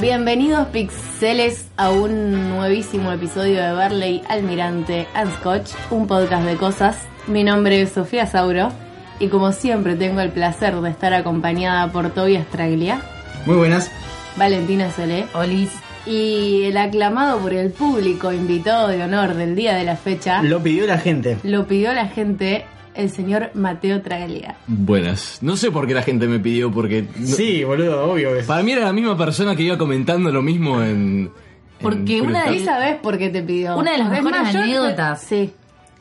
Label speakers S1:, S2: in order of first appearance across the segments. S1: Bienvenidos pixeles a un nuevísimo episodio de Barley, Almirante and Scotch, un podcast de cosas. Mi nombre es Sofía Sauro y como siempre tengo el placer de estar acompañada por Tobias Traglia,
S2: Muy buenas.
S1: Valentina Solé
S3: Olis.
S1: y el aclamado por el público invitado de honor del día de la fecha
S2: Lo pidió la gente.
S1: lo pidió la gente el señor Mateo Traglia.
S4: Buenas. No sé por qué la gente me pidió, porque. no-
S2: Sí, boludo, obvio. que sí.
S4: Para mí era la misma persona que iba comentando lo mismo en.
S3: Porque
S4: en
S3: una de
S4: Fruta.
S1: ¿Y sabes por qué te pidió?
S3: Una de las
S1: Es
S3: mejores
S1: yo-
S3: anécdotas.
S1: Sí.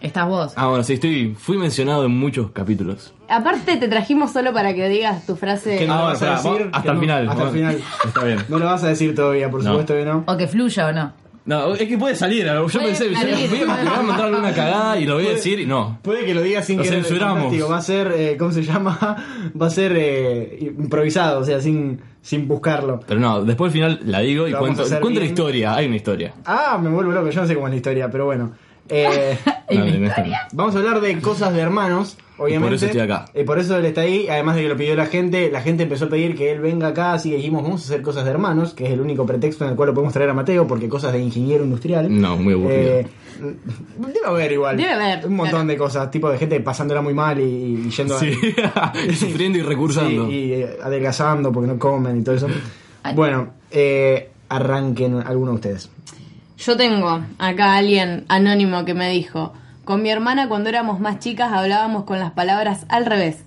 S3: Estás vos.
S4: Ah, bueno, sí, estoy. Fui mencionado en muchos capítulos.
S1: Aparte te trajimos solo para que digas tu frase.
S2: Que no
S4: Ah,
S2: vas
S4: bueno,
S2: a
S4: pará,
S2: decir.
S4: vos- hasta
S2: que
S4: el
S2: no-
S4: final.
S2: Hasta el
S4: bueno.
S2: final.
S4: Está bien.
S2: No lo vas a decir todavía, por
S4: No.
S2: supuesto que no.
S3: O que fluya o no.
S4: No, es que puede salir. Yo pensé, yo
S3: salir.
S4: voy a me van a mandar una cagada y lo voy a decir y no.
S2: Puede que lo digas sin
S4: Lo
S2: querer.
S4: censuramos.
S2: fantástico. Va a ser, eh, ¿cómo se llama? Va a ser eh, improvisado, o sea, sin, sin buscarlo.
S4: Pero no, después al final la digo y
S2: Lo vamos
S4: cuento,
S2: a hacer
S4: cuento la
S2: bien.
S4: historia. Hay una historia.
S2: Ah, me vuelvo loco, yo no sé cómo es la historia, pero bueno. Eh,
S3: Hay una
S4: Dale, no,
S2: vamos a hablar de cosas de hermanos, obviamente.
S4: por eso estoy acá.
S2: Eh, por eso él está ahí, además de que lo pidió la gente, la gente empezó a pedir que él venga acá, así que dijimos, vamos a hacer cosas de hermanos, que es el único pretexto en el cual lo podemos traer a Mateo, porque cosas de ingeniero industrial.
S4: No, muy aburrido.
S2: Eh, debe haber igual.
S1: Debe haber,
S2: Un montón
S1: claro.
S2: de cosas, tipo de gente pasándola muy mal y, y yendo a-
S4: Sí. Y Sufriendo y recursando.
S2: Sí, y eh, adelgazando porque no comen y todo eso.
S3: Ay.
S2: Bueno, eh, arranquen alguno de ustedes.
S1: Yo tengo acá a alguien anónimo que me dijo, con mi hermana cuando éramos más chicas hablábamos con las palabras al revés.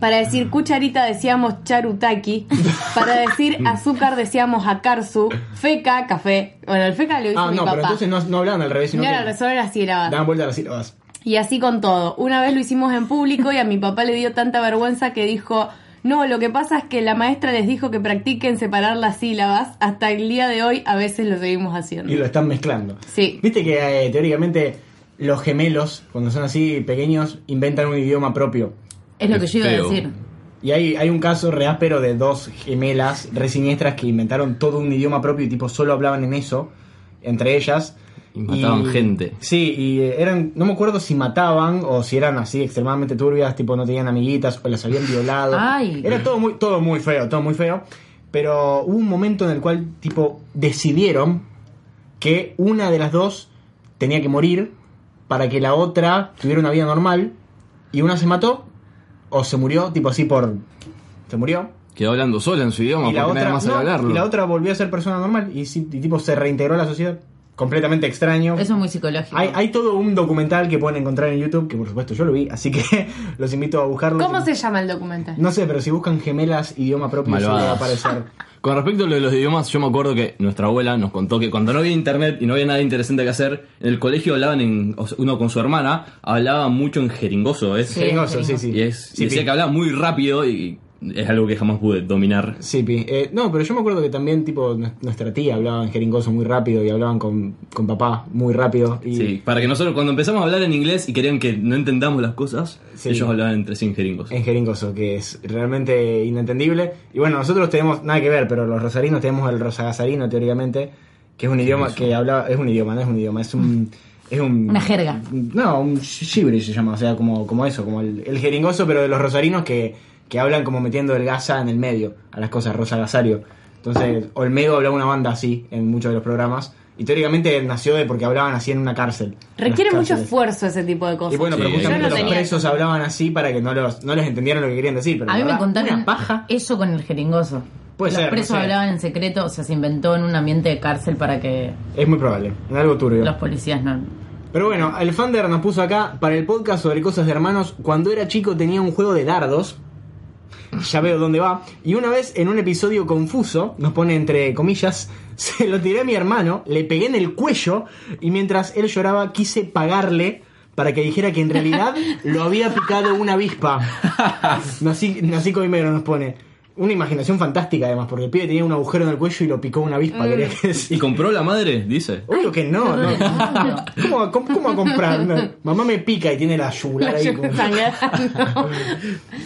S1: Para decir cucharita decíamos charutaki, para decir azúcar decíamos akarsu, feca, café. Bueno, el feca lo hizo
S2: Ah,
S1: mi
S2: no, pero
S1: papá.
S2: entonces no, no hablan al revés, sino
S1: no era
S2: que
S1: resolver las sílabas.
S2: dan vuelta a las sílabas.
S1: Y así con todo. Una vez lo hicimos en público y a mi papá le dio tanta vergüenza que dijo, no, lo que pasa es que la maestra les dijo que practiquen separar las sílabas. Hasta el día de hoy a veces lo seguimos haciendo.
S2: Y lo están mezclando.
S1: Sí.
S2: Viste que eh, teóricamente los gemelos, cuando son así pequeños, inventan un idioma propio.
S3: Es lo que yo iba a
S4: Feo.
S3: decir.
S2: Y hay, hay un caso re áspero de dos gemelas re siniestras que inventaron todo un idioma propio y tipo solo hablaban en eso, entre ellas.
S4: Y mataban gente.
S2: Sí, y eh, eran, no me acuerdo si mataban o si eran así extremadamente turbias, tipo no tenían amiguitas o las habían violado.
S3: Ay.
S2: Era todo muy, todo muy feo, todo muy feo. Pero hubo un momento en el cual tipo decidieron que una de las dos tenía que morir para que la otra tuviera una vida normal y una se mató o se murió, tipo así por... Se murió.
S4: Quedó hablando sola en su idioma
S2: Y la,
S4: porque
S2: otra,
S4: nadie más
S2: no,
S4: sabe hablarlo.
S2: y la otra volvió a ser persona normal y, sí, y, tipo se reintegró a la sociedad. Completamente extraño.
S3: Eso es muy psicológico.
S2: Hay, hay todo un documental que pueden encontrar en YouTube, que por supuesto yo lo vi, así que los invito a buscarlo.
S1: ¿Cómo se llama el documental?
S2: No sé, pero si buscan gemelas idioma propio, eso va a
S4: Malvadas.
S2: aparecer.
S4: Con respecto a lo de los idiomas, yo me acuerdo que nuestra abuela nos contó que cuando no había internet y no había nada interesante que hacer, en el colegio hablaban en, o sea, uno con su hermana, hablaba mucho en jeringoso, ¿es?
S3: Sí.
S2: Jeringoso, sí, sí.
S4: Y, es, y
S2: Sí,
S4: decía
S2: pi.
S4: que hablaba muy rápido y es algo que jamás pude dominar.
S2: Sí, pi. Eh, no, pero yo me acuerdo que también, tipo, nu- nuestra tía hablaba en jeringoso muy rápido y hablaban con, con papá muy rápido. Y
S4: Sí, para que nosotros cuando empezamos a hablar en inglés y querían que no entendamos las cosas,
S2: Sí.
S4: ellos hablaban entre sí en jeringoso.
S2: En jeringoso, que es realmente inentendible. Y bueno, nosotros tenemos nada que ver, pero los rosarinos tenemos el rosagasarino, teóricamente, que es un idioma que hablaba. Es un idioma, no es un idioma, es un. Es un
S3: Una jerga.
S2: No, un shibre se llama, o sea, como, como eso, como el, el jeringoso, pero de los rosarinos que, que hablan como metiendo el gasa en el medio a las cosas, rosagasario. Entonces, Olmedo hablaba una banda así en muchos de los programas, Y teóricamente nació de porque hablaban así en una cárcel. en
S1: Requiere
S2: las
S1: mucho
S2: cárceles.
S1: esfuerzo ese tipo de cosas.
S2: Y bueno, pero
S4: Sí,
S2: justamente
S1: yo no
S2: los
S1: tenía
S2: presos
S1: tanto.
S2: hablaban así para que no los, no les entendieran lo que querían decir. Pero
S3: A
S2: la
S3: mí me
S2: verdad,
S3: contaron
S2: una paja.
S3: eso con el jeringoso.
S2: Puede
S3: Los
S2: ser, no
S3: presos
S2: sé.
S3: hablaban en secreto, o sea, se inventó en un ambiente de cárcel para que
S2: Es muy probable, en algo turbio.
S3: los policías no.
S2: Pero bueno, el Fander nos puso acá para el podcast sobre cosas de hermanos. Cuando era chico tenía un juego de dardos. Ya veo dónde va. Y una vez en un episodio confuso, nos pone entre comillas, se lo tiré a mi hermano, le pegué en el cuello y mientras él lloraba quise pagarle para que dijera que en realidad lo había picado una avispa. Nací, nací coimero nos pone. Una imaginación fantástica además, porque el pibe tenía un agujero en el cuello y lo picó una avispa, quería
S4: ¿Y
S2: decir.
S4: compró la madre? Dice.
S2: Obvio que no, no.
S3: No.
S2: ¿Cómo, cómo, cómo a comprar? No, Mamá me pica y tiene la yugular ahí. como-
S1: Sangrando.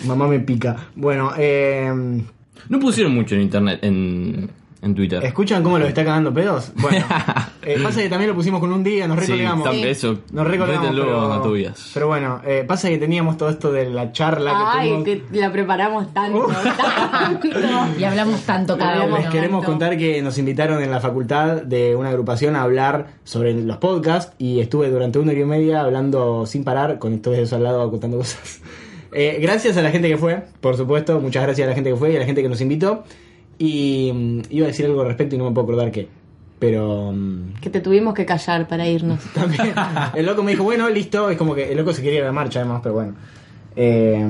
S2: Mamá me pica. Bueno, eh,
S4: No pusieron mucho en internet, en, en Twitter.
S2: ¿escuchan cómo los está cagando pedos? Bueno, eh, pasa que también lo pusimos con un día, nos
S4: Sí,
S2: recolgamos.
S4: tam- eso.
S2: Nos recolgamos.
S4: Mételo
S2: Pero,
S4: a Tobías.
S2: pero bueno, eh, pasa que teníamos todo esto de la charla que
S1: Ay,
S2: tuvimos.
S1: que la preparamos tanto, tanto.
S3: Y hablamos tanto cada
S1: Hablamos
S3: uno.
S2: Les queremos
S1: tanto.
S2: contar que nos invitaron en la facultad de una agrupación a hablar sobre los podcasts y estuve durante una hora y media hablando sin parar con esto de su al lado contando cosas. Eh, gracias a la gente que fue, por supuesto, muchas gracias a la gente que fue y a la gente que nos invitó. Y mm, iba a decir algo al respecto y no me puedo acordar qué. Pero mm,
S1: Que te tuvimos que callar para irnos.
S2: también el loco me dijo, bueno, listo, es como que el loco se quería ir a la marcha además, pero bueno. Eh,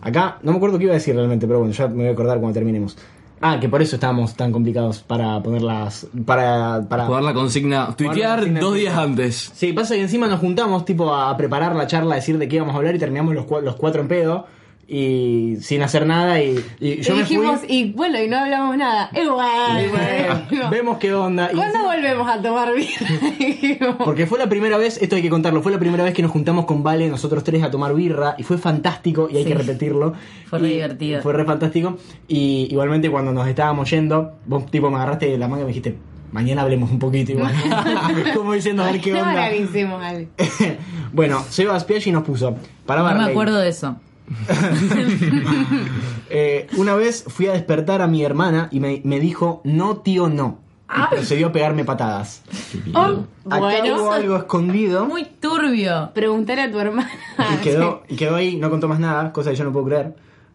S2: acá, no me acuerdo qué iba a decir realmente, pero bueno, ya me voy a acordar cuando terminemos. Ah, que por eso estábamos tan complicados para ponerlas, para... para
S4: Jugar la consigna. Tuitear
S2: consigna
S4: dos
S2: en
S4: días
S2: Twitter.
S4: antes.
S2: Sí, pasa que encima nos juntamos tipo a preparar la charla, a decir de qué íbamos a hablar y terminamos los, cua- los cuatro en pedo y sin hacer nada y, y yo
S1: y
S2: me fui,
S1: dijimos, y bueno, y no hablamos nada. Y bueno, dijimos,
S2: vemos qué onda. y
S1: ¿Cuándo volvemos a tomar birra? Dijimos,
S2: Porque fue la primera vez, esto hay que contarlo, fue la primera vez que nos juntamos con Vale, nosotros tres, a tomar birra, y fue fantástico, y hay
S3: Sí.
S2: que repetirlo.
S3: Fue re
S2: Y
S3: divertido.
S2: Fue re fantástico. Y igualmente cuando nos estábamos yendo, vos tipo me agarraste de la manga y me dijiste, mañana hablemos un poquito igual. Como diciendo, a ver qué onda.
S1: organicemos, Ale.
S2: bueno, Sebas Piaggi nos puso, para
S3: No me
S2: Barley,
S3: acuerdo de eso.
S2: eh, una vez fui a despertar a mi hermana y me, me dijo, no tío, no. Y procedió a pegarme patadas.
S1: Oh,
S2: Acá hubo
S1: bueno,
S2: algo escondido.
S3: Muy turbio.
S1: preguntar a tu hermana.
S2: Y quedó, y quedó ahí, no contó más nada, cosa que yo no puedo creer.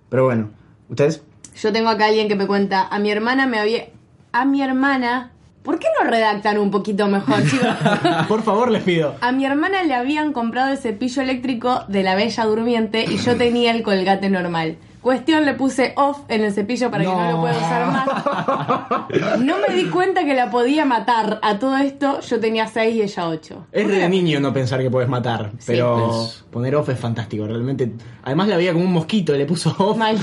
S2: Pero bueno, ¿ustedes?
S1: Yo tengo acá alguien que me cuenta, a mi hermana me había... A mi hermana... ¿Por qué no redactan un poquito mejor, chicos?
S2: Por favor, les pido.
S1: A mi hermana le habían comprado el cepillo eléctrico de la Bella Durmiente y yo tenía el colgate normal. Cuestión, le puse off en el cepillo para que no lo pueda usar más. No me di cuenta que la podía matar. A todo esto, yo tenía 6 y ella 8.
S2: Es re de niño no pensar que puedes matar, pero
S1: pues.
S4: Es-
S2: poner off es fantástico, realmente. Además la veía como un mosquito, le puso off
S1: Mal.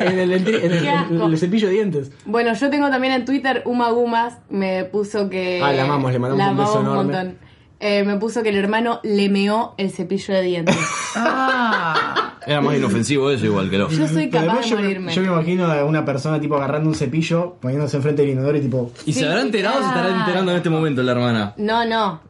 S2: en, el, dentri- en el-
S1: Qué asco.
S2: el cepillo de dientes.
S1: Bueno, yo tengo también en Twitter Uma Gumas, me puso que...
S2: Ah, la amamos, le mandamos
S1: la
S2: un beso
S1: amamos
S2: enorme.
S1: montón. Eh, me puso que el hermano le meó el cepillo de dientes.
S3: Ah,
S4: Era más inofensivo eso igual que lo.
S1: Yo soy
S2: Pero
S1: capaz
S2: además
S1: de
S2: yo, me-
S1: morirme.
S2: yo me imagino a una persona tipo agarrando un cepillo, poniéndose enfrente del inodoro y tipo...
S4: ¿Y se habrá enterado o se estará enterando en este momento la hermana?
S1: No, no.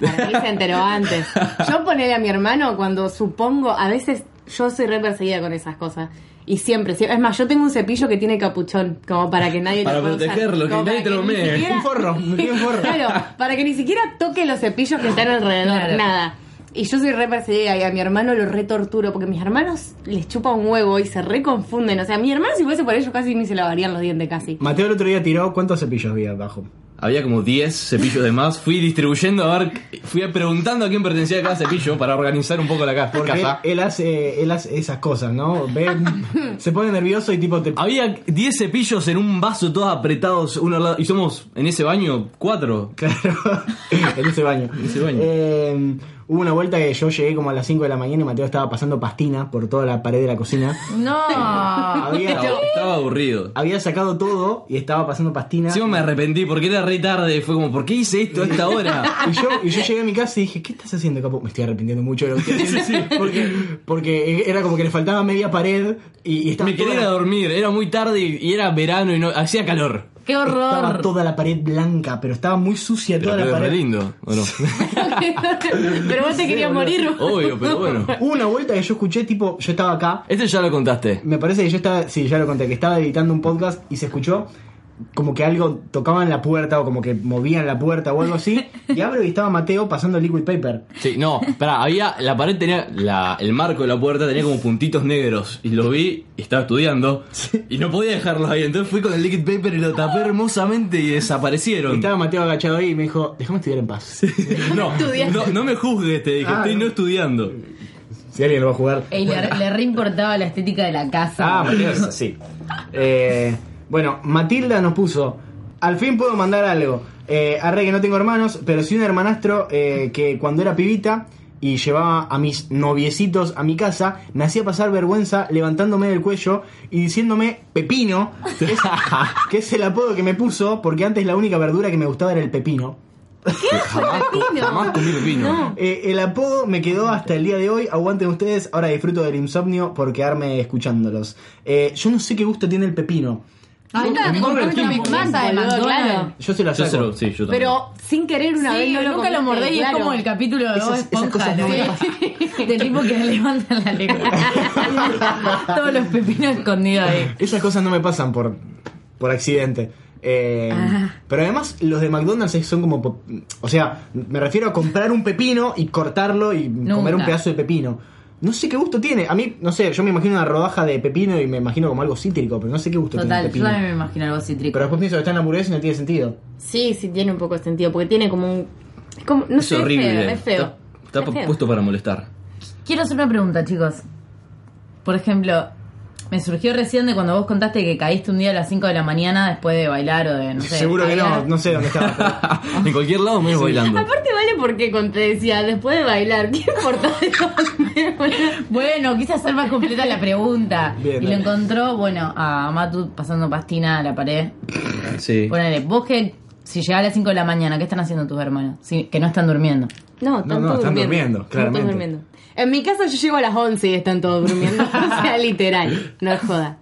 S1: Para mí se enteró antes. Yo ponele a mi hermano cuando supongo, a veces yo soy re perseguida con esas cosas. Y siempre, sie- es más, yo tengo un cepillo que tiene capuchón, como para que nadie
S4: Para
S1: lo pueda usar.
S4: protegerlo, que
S1: Como
S4: nadie
S1: para
S4: te lo
S1: ni
S4: mee.
S1: siquiera-
S2: Un forro, me tiene un forro.
S1: Claro, para que ni siquiera toque los cepillos que están alrededor,
S3: Claro.
S1: nada. Y yo soy re perseguida y a mi hermano lo re torturo porque mis hermanos les chupa un huevo y se re confunden. O sea, mi hermano si fuese por ellos casi ni se lavarían los dientes casi.
S2: Mateo el otro día tiró, ¿cuántos cepillos había abajo?
S4: Había como 10 cepillos de más. Fui distribuyendo a ver, fui preguntando a quién pertenecía cada cepillo para organizar un poco la ca-
S2: Porque él,
S4: casa.
S2: él hace, él hace esas cosas, ¿no? Ve- se pone nervioso y tipo te
S4: Había 10 cepillos en un vaso, todos apretados uno al lado. Y somos en ese baño cuatro.
S2: Claro, en ese baño.
S4: ese baño.
S2: Eh, hubo una vuelta que yo llegué como a las 5 de la mañana y Mateo estaba pasando pastina por toda la pared de la cocina.
S4: Ah,
S3: no.
S2: Había,
S4: Estaba, estaba aburrido.
S2: había sacado todo y estaba pasando pastina.
S4: Encima me arrepentí porque era re tarde. Fue como, ¿por qué hice esto a esta hora?
S2: Y yo, y yo llegué a mi casa y dije, ¿qué estás haciendo, capo? Me estoy arrepintiendo mucho de lo que estoy haciendo. Porque, porque era como que le faltaba media pared y, y estaba,
S4: Me quería ir a
S2: toda,
S4: dormir. Era muy tarde y, y era verano y no hacía calor.
S3: Qué
S2: estaba
S3: horror.
S2: toda la pared blanca, pero estaba muy sucia
S4: Pero
S2: toda
S4: quedó
S2: la
S4: re
S2: pared.
S4: lindo, ¿o no?
S1: Pero vos te querías morir. vos.
S4: Obvio, pero bueno.
S2: Hubo una vuelta que yo escuché, tipo, yo estaba acá
S4: Este ya lo contaste.
S2: Me parece que yo estaba, sí, ya lo conté, que estaba editando un podcast y se escuchó como que algo tocaban la puerta o como que movían la puerta o algo así. Y abro y estaba Mateo pasando liquid paper.
S4: Sí, no, pará, había. La pared tenía. La, el marco de la puerta tenía como puntitos negros. Y lo vi y estaba estudiando. Y no podía dejarlos ahí. Entonces fui con el liquid paper y lo tapé hermosamente y
S2: Y
S4: desaparecieron.
S2: estaba Mateo agachado ahí y me dijo, déjame estudiar en paz.
S4: No,
S1: Estudiaste.
S4: no, no me juzgues, te dije.
S2: Ah,
S4: estoy
S2: no.
S4: no estudiando.
S2: Si alguien lo va a jugar.
S3: Ey, le, le reimportaba la estética de la casa.
S2: Ah, Mateo es así. Eh, bueno, Matilda nos puso. Al fin puedo mandar algo. Eh, arre que no tengo hermanos, pero sí un hermanastro eh, que cuando era pibita y llevaba a mis noviecitos a mi casa, me hacía pasar vergüenza levantándome del cuello y diciéndome pepino, que es, que es el apodo que me puso, porque antes la única verdura que me gustaba era el pepino.
S4: Jamás, co- jamás comí pepino.
S2: Eh, el apodo me quedó hasta el día de hoy. Aguanten ustedes. Ahora disfruto del insomnio por quedarme escuchándolos. Eh, yo no sé qué gusto tiene el pepino.
S3: Ah,
S1: Nunca te
S4: en Burger
S1: compraste una
S4: King.
S1: masa de
S3: Boludo,
S1: McDonald's.
S3: claro.
S2: Yo se la
S4: Yo
S2: saco.
S4: se lo- sí, yo también.
S1: Pero sin querer una
S3: Sí,
S1: vez no lo
S3: nunca lo
S1: comiste,
S3: mordés y es
S1: claro.
S3: como el capítulo de Bob
S2: Esas- esas
S3: Esponja
S2: cosas no me
S3: de, del tipo que levanta la lengua. Todos los pepinos escondidos ahí.
S2: Esas cosas no me pasan por, por accidente. Eh,
S3: Ah.
S2: pero además los de McDonald's es- son como... po- O sea, me refiero a comprar un pepino y cortarlo y comer un pedazo de pepino. No sé qué gusto tiene. A mí, no sé, yo me imagino una rodaja de pepino y me imagino como algo cítrico, pero no sé qué gusto tiene
S3: Total,
S2: el
S3: yo también
S2: pepino.
S3: me imagino algo cítrico.
S2: Pero después pienso que está en la hamburguesa y no tiene sentido.
S1: Sí, sí tiene un poco de sentido, porque tiene como un... Es como, no
S4: es
S1: sé,
S4: horrible.
S1: es feo. Es feo.
S4: Está,
S1: Es
S4: está
S1: feo.
S4: puesto para molestar.
S3: Quiero hacer una pregunta, chicos. Por ejemplo, me surgió recién de cuando vos contaste que caíste un día a las 5 de la mañana después de bailar o de, no sé.
S2: Seguro que no,
S3: bailar.
S2: no sé dónde estaba. pero-
S4: en cualquier lado me voy bailando.
S1: Aparte vale porque conté, decía, después de bailar, ¿qué importa de dónde? boludo?
S3: Bueno, quise hacer más completa la pregunta.
S2: Bien,
S3: y lo
S2: dale.
S3: encontró, bueno, a Matu pasando pastina a la pared.
S4: Sí.
S3: Ponele, vos que si llegás a las 5 de la mañana, ¿qué están haciendo tus hermanos? Si- que no están durmiendo.
S1: No, están
S2: No, no,
S1: todos
S2: están
S1: durmiendo.
S2: durmiendo,
S1: Están
S2: claramente.
S1: todos durmiendo. En mi casa yo llego a las 11 y están todos durmiendo. o sea, literal, no es joda.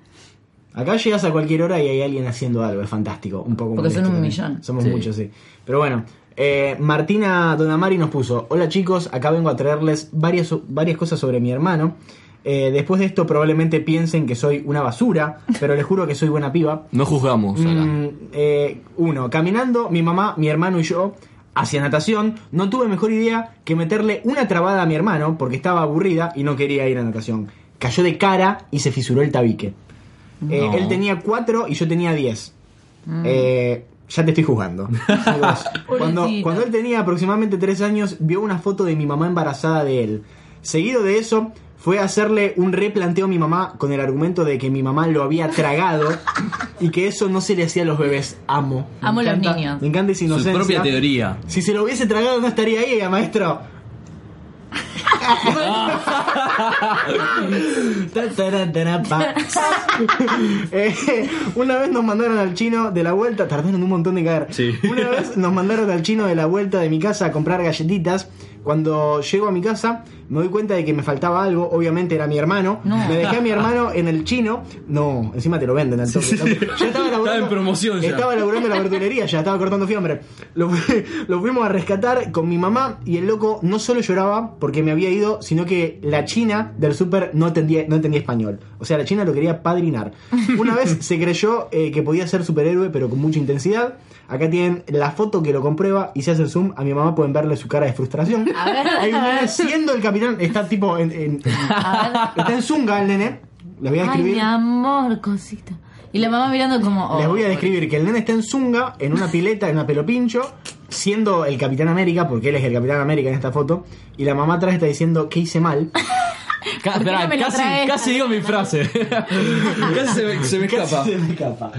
S2: Acá llegas a cualquier hora y hay alguien haciendo algo, es fantástico. Un poco
S3: Porque
S2: molesto
S3: son un
S2: también.
S3: millón.
S2: Somos
S4: Sí.
S2: muchos, sí. Pero bueno, eh, Martina Donamari nos puso: Hola chicos, acá vengo a traerles varias, varias cosas sobre mi hermano. Eh, después de esto, probablemente piensen que soy una basura, pero les juro que soy buena piba.
S4: No juzgamos. acá.
S2: Mm, eh, uno, caminando, mi mamá, mi hermano y yo hacia natación, no tuve mejor idea que meterle una trabada a mi hermano porque estaba aburrida y no quería ir a natación. Cayó de cara y se fisuró el tabique. Eh,
S4: No.
S2: él tenía cuatro y yo tenía diez.
S4: Mm.
S2: Eh, ya te estoy juzgando. cuando,
S3: Pobrecito.
S2: cuando él tenía aproximadamente tres años, vio una foto de mi mamá embarazada de él. Seguido de eso, fue a hacerle un replanteo a mi mamá con el argumento de que mi mamá lo había tragado y que eso no se le hacía a los bebés. Amo. Me
S3: Amo los
S2: encanta-
S3: niños.
S2: Me encanta esa
S4: Su
S2: inocencia.
S4: propia teoría.
S2: Si se lo hubiese tragado, no estaría ahí, eh, maestro. Ta, tara, tara, pa. Eh, una vez nos mandaron al chino de la vuelta, tardaron un montón de caer.
S4: Sí.
S2: Una vez nos mandaron al chino de la vuelta de mi casa a comprar galletitas. Cuando llego a mi casa, me doy cuenta de que me faltaba algo. Obviamente era mi hermano. Me dejé a mi hermano en el chino. No, encima te lo venden al toque. Ya estaba, laburando-
S4: Estaba en promoción ya.
S2: Estaba laburando la verdulería, ya estaba cortando fiambre. Lo, fu- lo fuimos a rescatar con mi mamá y el loco no solo lloraba porque me había ido, sino que la china del súper no entendía, no entendía español. O sea, la china lo quería padrinar. Una vez se creyó eh, que podía ser superhéroe, pero con mucha intensidad. Acá tienen la foto que lo comprueba y se hace el zoom. A mi mamá pueden verle su cara de frustración.
S1: A ver,
S2: Hay un
S1: a
S2: nene
S1: ver.
S2: siendo el capitán, está tipo en, en- está en zunga el nene. Le voy a
S3: Ay,
S2: escribir.
S3: mi amor, cosita. Y la mamá mirando como... oh,
S2: Les voy a describir que el nene está en Zunga, en una pileta, en una pelopincho, siendo el Capitán América, porque él es el Capitán América en esta foto, y la mamá atrás está diciendo que hice mal.
S4: Ca-
S3: ¿Por qué
S4: pará,
S3: no me lo
S4: casi,
S3: traes?
S4: casi digo mi frase. casi se me, se me escapa.
S2: Se me escapa.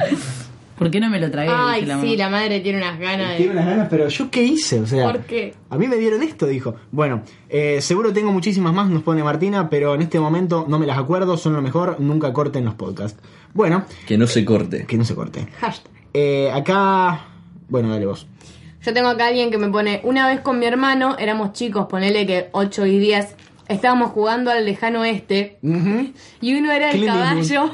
S3: ¿Por qué no me lo tragué?
S1: Ay,
S3: Dice la
S1: sí,
S3: mamá.
S1: la madre tiene unas ganas
S2: Tiene
S1: de...
S2: unas ganas, pero ¿yo qué hice? O sea,
S1: ¿Por qué?
S2: a mí me dieron esto, dijo. Bueno, eh, seguro tengo muchísimas más, nos pone Martina, pero en este momento no me las acuerdo, son lo mejor, nunca corten los podcasts. Bueno,
S4: Que no se corte.
S2: que no se corte.
S1: Hashtag.
S2: Eh, acá... Bueno, dale vos.
S1: Yo tengo acá alguien que me pone, una vez con mi hermano, éramos chicos, ponele que 8 y 10, estábamos jugando al lejano oeste,
S2: Ujú.
S1: y uno era el
S2: Clint
S1: caballo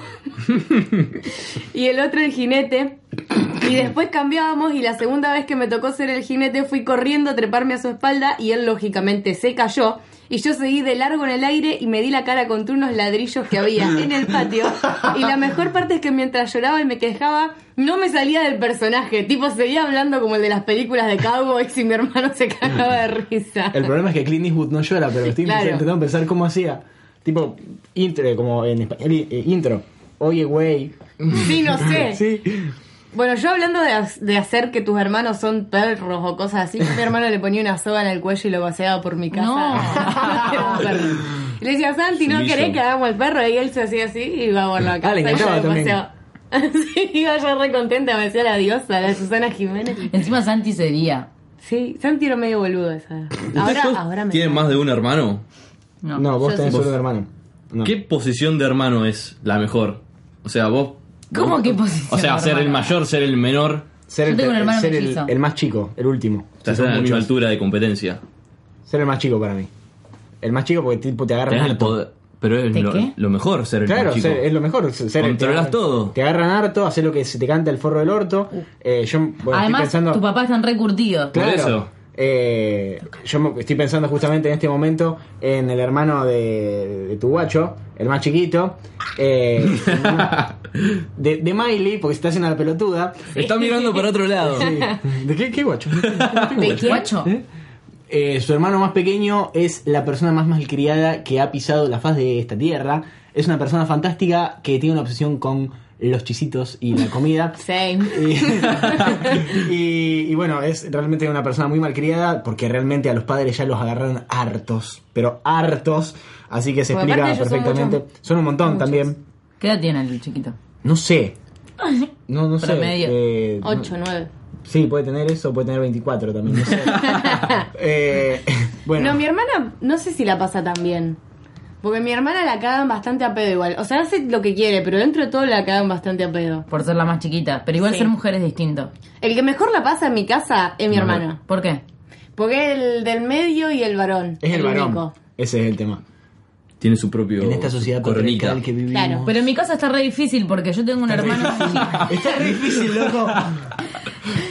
S1: y el otro el jinete, y después cambiábamos, y la segunda vez que me tocó ser el jinete fui corriendo a treparme a su espalda, y él lógicamente se cayó, Y yo seguí de largo en el aire y me di la cara contra unos ladrillos que había en el patio. Y la mejor parte es que mientras lloraba y me quejaba, no me salía del personaje. Tipo, seguía hablando como el de las películas de Cowboys y mi hermano se cagaba de risa.
S2: El problema es que Clint Eastwood no llora, pero estoy
S1: Claro.
S2: intentando pensar cómo hacía. Tipo, intro, como en español, eh, intro. Oye, güey.
S1: Sí, no sé.
S2: Sí.
S1: Bueno, yo hablando de, ha- de hacer que tus hermanos son perros o cosas así, mi hermano le ponía una soga en el cuello y lo paseaba por mi casa.
S3: No.
S1: Era un perro. Y le decía, Santi, ¿no
S4: Sumiso.
S1: querés que hagamos el perro? Y él se hacía así y iba por la casa.
S2: le
S1: y yo lo
S2: encantaba también.
S1: paseaba. sí, iba yo re contenta, me decía la diosa, la Susana Jiménez.
S3: Encima Santi sería.
S1: Sí, Santi era medio boludo esa. Ahora,
S4: ¿Ustedes
S1: ahora me...
S4: ¿Tienen más de un hermano?
S3: No,
S2: No, vos
S3: yo
S2: tenés
S3: sí.
S2: solo un hermano. No.
S4: ¿Qué posición de hermano es la mejor? O sea, vos.
S3: ¿Cómo
S4: vos-
S3: que posición
S4: O sea,
S3: de
S4: ser el
S3: hermano?
S4: mayor, ser el menor.
S2: Ser, el,
S3: Yo tengo un hermano
S2: ser el-
S3: mellizo.
S2: el más chico, el último.
S4: O sea,
S2: Si son
S4: están a la misma
S2: muchos.
S4: altura de competencia.
S2: Ser el más chico para mí. El más chico porque tipo te agarran
S4: Tenés el
S2: harto.
S4: poder- Pero es
S3: ¿De
S4: lo,
S3: qué?
S4: lo mejor ser el
S2: Claro,
S4: más chico.
S2: ser- es lo mejor. ser- ser-
S4: Controlás
S2: te agarran-
S4: todo.
S2: Te agarran harto, haces lo que se te canta el forro del orto.
S1: Uh.
S2: Eh, yo bueno,
S3: Además,
S2: estoy pensando.
S3: tu papá está recurtido.
S4: Por
S2: Claro.
S4: eso.
S2: Eh, yo me- estoy pensando justamente en este momento en el hermano de, de tu guacho, el más chiquito. eh, de, de Miley, porque se está haciendo la pelotuda.
S4: Está mirando para otro lado.
S2: ¿De qué, qué guacho? No tengo
S3: ¿De
S2: guacho.
S3: qué?
S2: Eh, su hermano más pequeño es la persona más malcriada que ha pisado la faz de esta tierra. Es una persona fantástica que tiene una obsesión con los chisitos y la comida.
S1: Same.
S2: Y, y- y bueno, es realmente una persona muy malcriada porque realmente a los padres ya los agarraron hartos, pero hartos. Así que se
S1: Porque
S2: explica
S1: aparte ellos son
S2: perfectamente. Son,
S1: muchos-
S2: un montón
S1: muchos.
S2: también.
S3: ¿Qué edad tiene el chiquito?
S2: No sé. No, no sé.
S3: Promedio.
S2: Eh, no-
S1: 8, 9.
S2: Sí, puede tener eso, puede tener 24 también. No, sé. Eh, bueno.
S1: No, mi hermana no sé si la pasa tan bien. Porque mi hermana la cagan bastante a pedo igual. O sea, hace lo que quiere, pero dentro de todo la cagan bastante a pedo.
S3: Por ser la más chiquita. Pero igual
S1: Sí.
S3: ser mujer es distinto.
S1: El que mejor la pasa en mi casa es mi hermana.
S3: ¿Por qué?
S1: Porque es el del medio y el varón.
S2: Es el varón.
S1: único.
S2: Ese es el tema.
S4: Tiene su propio.
S2: En esta sociedad
S4: coronita.
S2: patriarcal que vivimos.
S1: Claro,
S3: Pero en mi casa está re difícil porque yo tengo un hermano.
S2: Está re difícil, loco.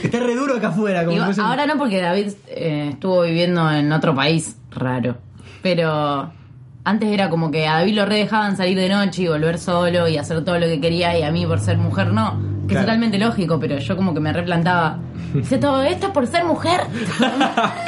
S2: Está re duro acá afuera. Como
S3: Digo,
S2: que fuese-
S3: ahora no porque David eh, estuvo viviendo en otro país, raro. Pero antes era como que a David lo re dejaban salir de noche y volver solo y hacer todo lo que quería y a mí por ser mujer no. Que
S2: Claro.
S3: es totalmente lógico, pero yo como que me replantaba. Dice todo esto es por ser mujer.
S2: Ya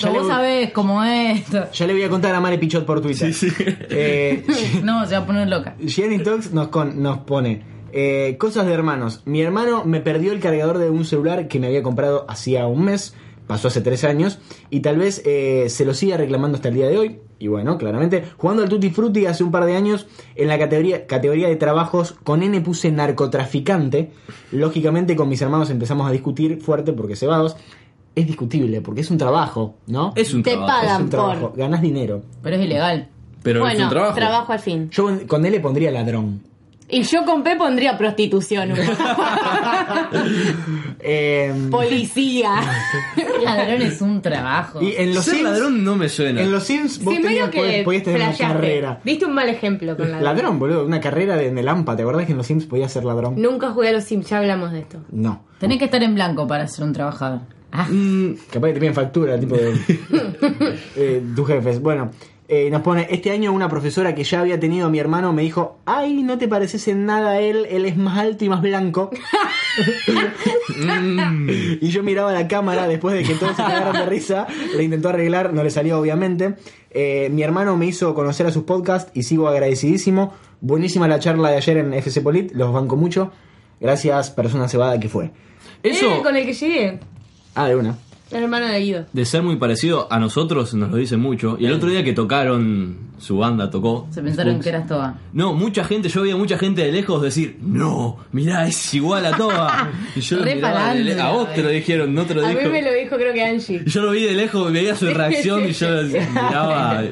S3: Pero
S2: le-
S3: vos sabés cómo es esto.
S2: Ya le voy a contar a Mare Pichot por Twitter.
S4: Sí, sí.
S2: Eh,
S3: No, se va a poner loca.
S2: Jenny Tox nos, con- nos pone eh, cosas de hermanos. Mi hermano me perdió el cargador de un celular que me había comprado hacía un mes, pasó hace tres años, y tal vez eh, se lo siga reclamando hasta el día de hoy. Y bueno, claramente, jugando al Tutti Frutti hace un par de años, en la categoría, categoría de trabajos con N puse narcotraficante. Lógicamente, con mis hermanos empezamos a discutir fuerte porque cebados. Es discutible porque es un trabajo, ¿no?
S4: Es un
S1: Te
S4: trabajo.
S1: pagan.
S2: Es un trabajo,
S1: por-
S2: ganas dinero.
S3: Pero es ilegal.
S4: Pero es
S1: bueno,
S4: un trabajo.
S1: al fin.
S2: Yo con él le pondría ladrón.
S1: Y yo con P pondría prostitución.
S2: Em,
S1: Policía.
S3: Ser ladrón es un trabajo.
S2: Y en los
S4: Ser
S2: Sims,
S4: ladrón no me suena.
S2: en los Sims vos
S1: Sí, medio
S2: tenías,
S1: que
S2: podías, podías tener una
S1: flasheaste.
S2: carrera.
S1: Diste un mal ejemplo con la
S2: Ladrón, boludo, una carrera de- en el AMPA, ¿te acordás que en los Sims podías ser ladrón?
S1: Nunca jugué a los Sims, ya hablamos de esto.
S2: No.
S3: Tenés que estar en blanco para ser un trabajador. Ah.
S4: Mm,
S2: Capaz que te piden factura, tipo de eh, tus jefes. Bueno, eh, nos pone, este año una profesora que ya había tenido a mi hermano me dijo, ay, no te pareces en nada a él, él es más alto y más blanco. y yo miraba la cámara después de que todos se cagaron de risa, le intentó arreglar, no le salió obviamente. Eh, mi hermano me hizo conocer a sus podcasts y sigo agradecidísimo. Buenísima la charla de ayer en FC Polit, los banco mucho. Gracias, persona cebada que fue.
S1: Era
S3: Eh,
S4: Eso
S1: Eh, con el que llegué.
S2: Ah, de una.
S1: El hermano de Guido.
S4: de ser muy parecido a nosotros nos lo dicen mucho. Y el otro día que tocaron, su banda tocó.
S3: Se pensaron que eras toda.
S4: No, mucha gente, yo veía mucha gente de lejos decir, no, mirá, es igual a Toba. Y yo lo
S3: Re eh.
S4: miraba de le-
S3: palandra,
S4: a vos te lo dijeron, no te lo
S1: A mí
S4: dijo.
S1: me lo dijo creo que Angie.
S4: Yo lo vi de lejos, veía su reacción y yo miraba.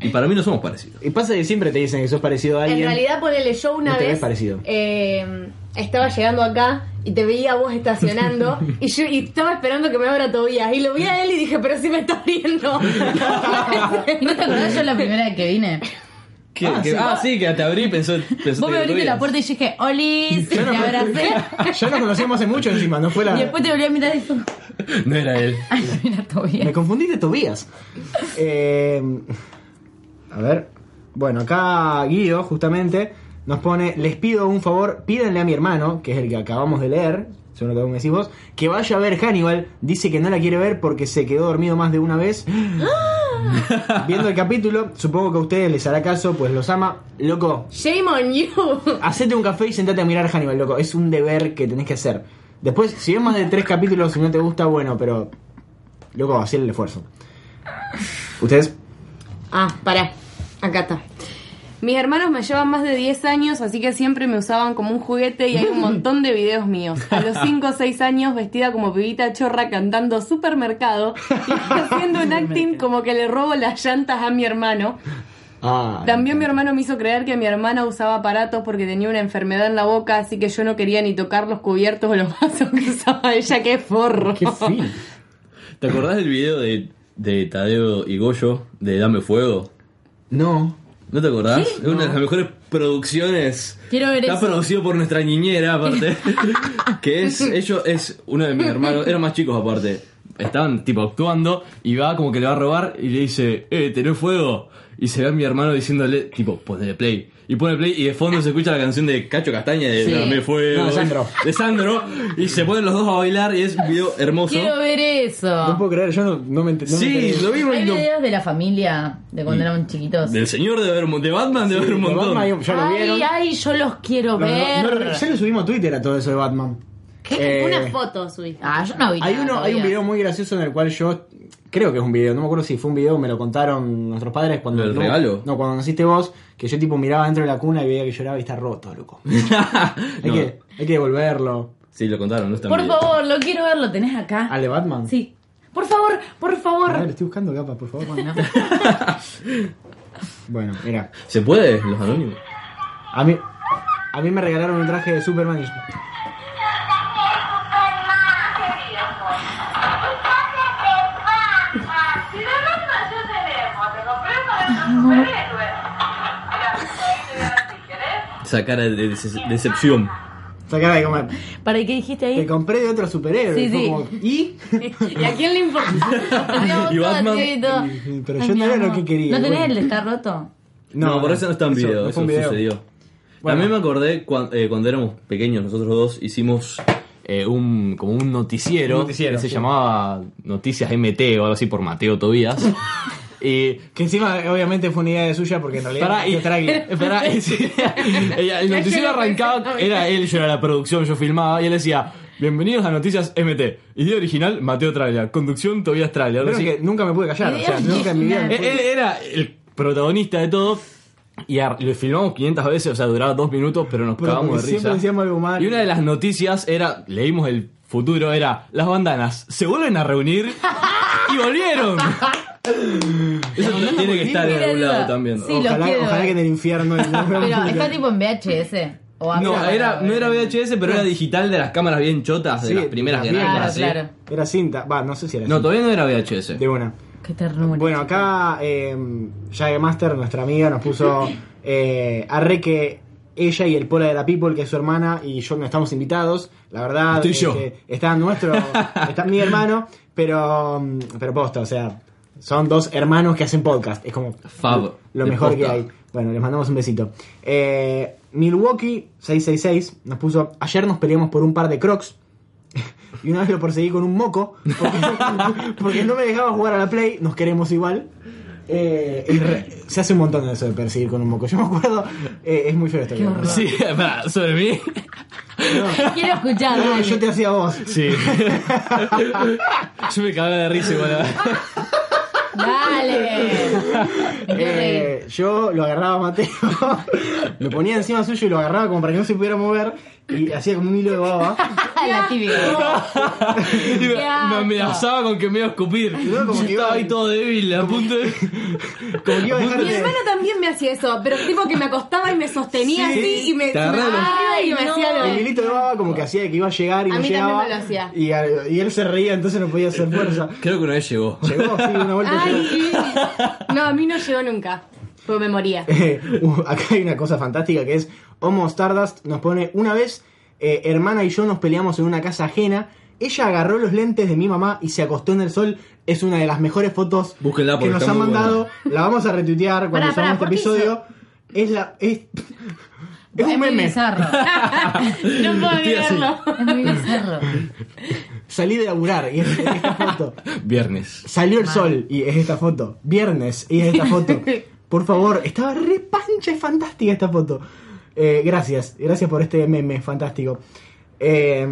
S4: Y para mí no somos parecidos.
S2: Y pasa que siempre te dicen que sos parecido a alguien.
S1: En realidad, ponele yo una
S2: No te ves
S1: vez.
S2: parecido.
S1: eh, estaba llegando acá y te veía a vos estacionando y yo y estaba esperando que me abra Tobías. Y lo vi a él y dije, pero si me estás viendo.
S3: ¿Y no te acordás yo la primera vez que vine?
S4: ¿Qué- qué- ah, sí, que te abrí pensó. pensó que
S3: Vos me
S4: lo
S3: abriste la
S4: veías.
S3: puerta y yo dije, ¡Olis! Y te abracé.
S2: Ya nos conocíamos hace mucho encima, no fue la.
S3: Y después te volví a mirar y fue-
S4: No era él.
S3: Ay, mira, todo
S2: Me
S3: bien.
S2: confundiste, Tobías. Eh, a ver. Bueno, acá Guido, justamente, nos pone: Les pido un favor, pídanle a mi hermano, que es el que acabamos de leer, según lo que vos me decís vos, que vaya a ver Hannibal. Dice que no la quiere ver porque se quedó dormido más de una vez. Viendo el capítulo, supongo que a ustedes les hará caso, pues los ama. Loco,
S1: Shame on you.
S2: Hacete un café y sentate a mirar Hannibal, loco. Es un deber que tenés que hacer. Después, si es más de tres capítulos y no te gusta, bueno, pero. Loco, hacer el esfuerzo. ¿Ustedes?
S1: Ah, pará. Acá está. Mis hermanos me llevan más de 10 años, así que siempre me usaban como un juguete y hay un montón de videos míos. A los 5 o 6 años, vestida como pibita chorra cantando supermercado y haciendo un acting como que le robo las llantas a mi hermano.
S2: Ah.
S1: También mi hermano me hizo creer que mi hermana usaba aparatos porque tenía una enfermedad en la boca, así que yo no quería ni tocar los cubiertos o los vasos que usaba ella. ¡Qué forro!
S2: Qué fin.
S4: ¿Te acordás del video de, de Tadeo y Goyo de Dame Fuego?
S2: No.
S4: ¿No te acordás? Es una de las mejores producciones.
S3: Quiero ver
S4: Está
S3: eso.
S4: producido por nuestra niñera, aparte. que es, ellos es uno de mis hermanos, eran más chicos aparte. Estaban tipo actuando y va como que le va a robar y le dice, eh, tenés fuego. Y se ve a mi hermano diciéndole, tipo, ponle play. Y pone play y de fondo se escucha la canción de Cacho Castaña de
S3: Sí.
S4: Dame Fuego.
S2: No, de Sandro.
S4: De Sandro. Y se ponen los dos a bailar y es un video hermoso.
S3: Quiero ver
S2: No
S3: eso.
S2: puedo creer, yo no, no me ent- no me
S4: Sí,
S2: enteré.
S4: lo vimos
S3: Hay
S4: y no-
S3: videos de la familia de cuando éramos chiquitos.
S4: Del señor de haber un mon- de Batman de haber un
S2: Lo
S4: montón.
S2: Batman, digo, ya lo vieron.
S3: Ay, ay, yo los quiero
S2: Lo-
S3: ver.
S2: lo- lo- ya lo subimos a Twitter a todo eso de Batman. Eh,
S5: Una foto subiste.
S3: Ah, yo no vi
S2: Hay,
S3: nada
S2: uno, hay un
S3: todavía.
S2: video muy gracioso en el cual yo. Creo que es un video, no me acuerdo si fue un video, me lo contaron nuestros padres cuando.
S4: ¿El
S2: no,
S4: regalo?
S2: No, cuando naciste vos, que yo tipo miraba dentro de la cuna y veía que lloraba y está roto, loco. Hay,
S4: No,
S2: que, hay que devolverlo.
S4: Sí, lo contaron, no está
S3: Por
S4: en video.
S3: favor, lo quiero ver, lo tenés acá.
S2: ¿Al de Batman?
S3: Sí. Por favor, por
S2: Ah, lo
S3: favor.
S2: estoy buscando, capa, por favor.
S3: Bueno.
S2: Bueno, mira.
S4: ¿Se puede? Los anónimos.
S2: A mí, a mí me regalaron un traje de Superman y
S4: Esa cara de dece- decepción.
S2: sacaba de comer.
S3: ¿Para qué
S2: Te
S3: dijiste ahí?
S2: compré de otro superhéroe.
S3: Eh. Sí,
S2: Y fue
S3: sí.
S2: como, ¿Y?
S1: ¿Y a quién le importa?
S4: Y Batman-
S2: Pero yo no era lo que quería.
S3: ¿No tenés
S2: Bueno.
S3: el está roto?
S4: No, por eso no está en video,
S2: no
S4: eso,
S2: fue un video.
S4: sucedió.
S2: Bueno.
S4: También me acordé cuan- eh, cuando, éramos pequeños, nosotros dos hicimos eh, un como un noticiero,
S2: Un noticiero,
S4: que se
S2: sí.
S4: llamaba Noticias MT o algo así por Mateo Tobías. y
S2: Que encima, obviamente, fue una idea de suya porque en realidad.
S4: Pará, y, eh,
S2: yo tragué.
S4: pará, y sí, ella- el noticiero arrancaba, era él, yo era la producción, yo filmaba, y él decía, bienvenidos a Noticias MT. Idea original, Mateo Traglia. Conducción, Tobias Traglia. Algo
S2: Creo
S4: así.
S2: que nunca me pude callar. O sea, nunca en mi vida. me
S4: Él,
S2: pude-
S4: él Eh, era el protagonista de todo. Y ar- lo filmamos 500 veces, o sea, duraba dos minutos, pero nos
S2: Pero
S4: cagábamos
S2: porque
S4: de
S2: siempre
S4: risa.
S2: decíamos algo mal.
S4: Y una de las noticias era, leímos el futuro, era, las bandanas se vuelven a reunir y volvieron. Eso tiene que estar en
S3: volvieron.
S4: algún lado también.
S3: Sí, lo
S2: ojalá,
S3: quiero.
S2: ojalá que en el infierno.
S3: Pero está tipo en VHS. O a
S4: No,
S3: cámara,
S4: era,
S3: o-
S4: no era VHS, pero era digital de las cámaras bien chotas, de
S2: Sí,
S4: las primeras
S2: claro,
S4: grandes.
S3: Claro,
S4: así.
S3: claro.
S2: Era cinta. Va, no sé si era
S4: No,
S2: cinta.
S4: todavía no era VHS.
S2: De una.
S3: Qué ternura.
S2: Bueno, acá eh, Jagger Master, nuestra amiga, nos puso eh, arre que ella y el Pola de la People, que es su hermana, y yo no estamos invitados. La verdad,
S4: Estoy yo.
S2: este, está nuestro, está mi hermano, pero, mm, pero posta, o sea, son dos hermanos que hacen podcast. Es como
S4: Fab.
S2: lo
S4: de
S2: mejor que
S4: posta.
S2: hay. Bueno, les mandamos un besito. Eh, Milwaukee 666 nos puso, ayer nos peleamos por un par de crocs. Y una vez lo perseguí con un moco, porque, porque no me dejaba jugar a la Play, nos queremos igual. Eh, y re- se hace un montón de eso de perseguir con un moco. Yo me acuerdo, eh, es muy feo esto. que-
S3: horror.
S4: Sí, pará, sobre mí.
S3: Quiero escuchar.
S2: No,
S3: dale.
S2: yo te hacía vos.
S4: Sí. Yo me cagaba de risa igual.
S3: Dale. Me quiero reír.
S2: Eh, yo lo agarraba a Mateo, lo ponía encima suyo y lo agarraba como para que no se pudiera mover y hacía como un hilo de baba.
S3: Ah, La típica.
S4: Y me, me amenazaba con que me iba a escupir.
S2: No, como
S4: Yo
S2: que
S4: estaba
S2: iba-
S4: ahí todo débil, a punto de.
S2: Como que iba a dejar
S1: Mi
S2: de-
S1: hermano también me hacía eso, pero tipo que me acostaba y me sostenía
S2: Sí.
S1: así y me,
S4: Te
S1: me
S4: agarraba los-
S1: arriba y me
S3: Ay,
S1: hacía
S3: no.
S2: El
S1: lo...
S2: hilito de baba como que hacía que iba a llegar y
S1: A
S2: no
S1: mí también
S2: llegaba.
S1: me lo hacía.
S2: Y, a- y él se reía, entonces no podía hacer fuerza.
S4: Creo que una vez llegó.
S2: Llegó, sí, una vuelta llegó.
S1: Ay, no, a mí no llegó nunca, porque me moría.
S2: Eh, uh, acá hay una cosa fantástica que es Homo Stardust nos pone una vez eh, hermana y yo nos peleamos en una casa ajena Ella agarró los lentes de mi mamá y se acostó en el sol. Es una de las mejores fotos
S4: Búsquenla
S2: que
S4: porque
S2: nos
S4: está
S2: han
S4: muy buena.
S2: mandado. La vamos a retuitear
S1: Pará,
S2: cuando subamos
S1: pará,
S2: este
S1: ¿por qué
S2: episodio. Es la. Es, es
S3: es
S2: un
S3: muy
S2: meme.
S3: bizarro.
S1: No puedo
S4: Estoy así.
S1: mirarlo.
S3: Es muy bizarro.
S2: Salí de laburar y es esta foto.
S4: Viernes.
S2: Salió el sol y es esta foto. Viernes y es esta foto. Por favor, estaba re pancha, es fantástica esta foto. Eh, gracias, gracias por este meme fantástico. Eh,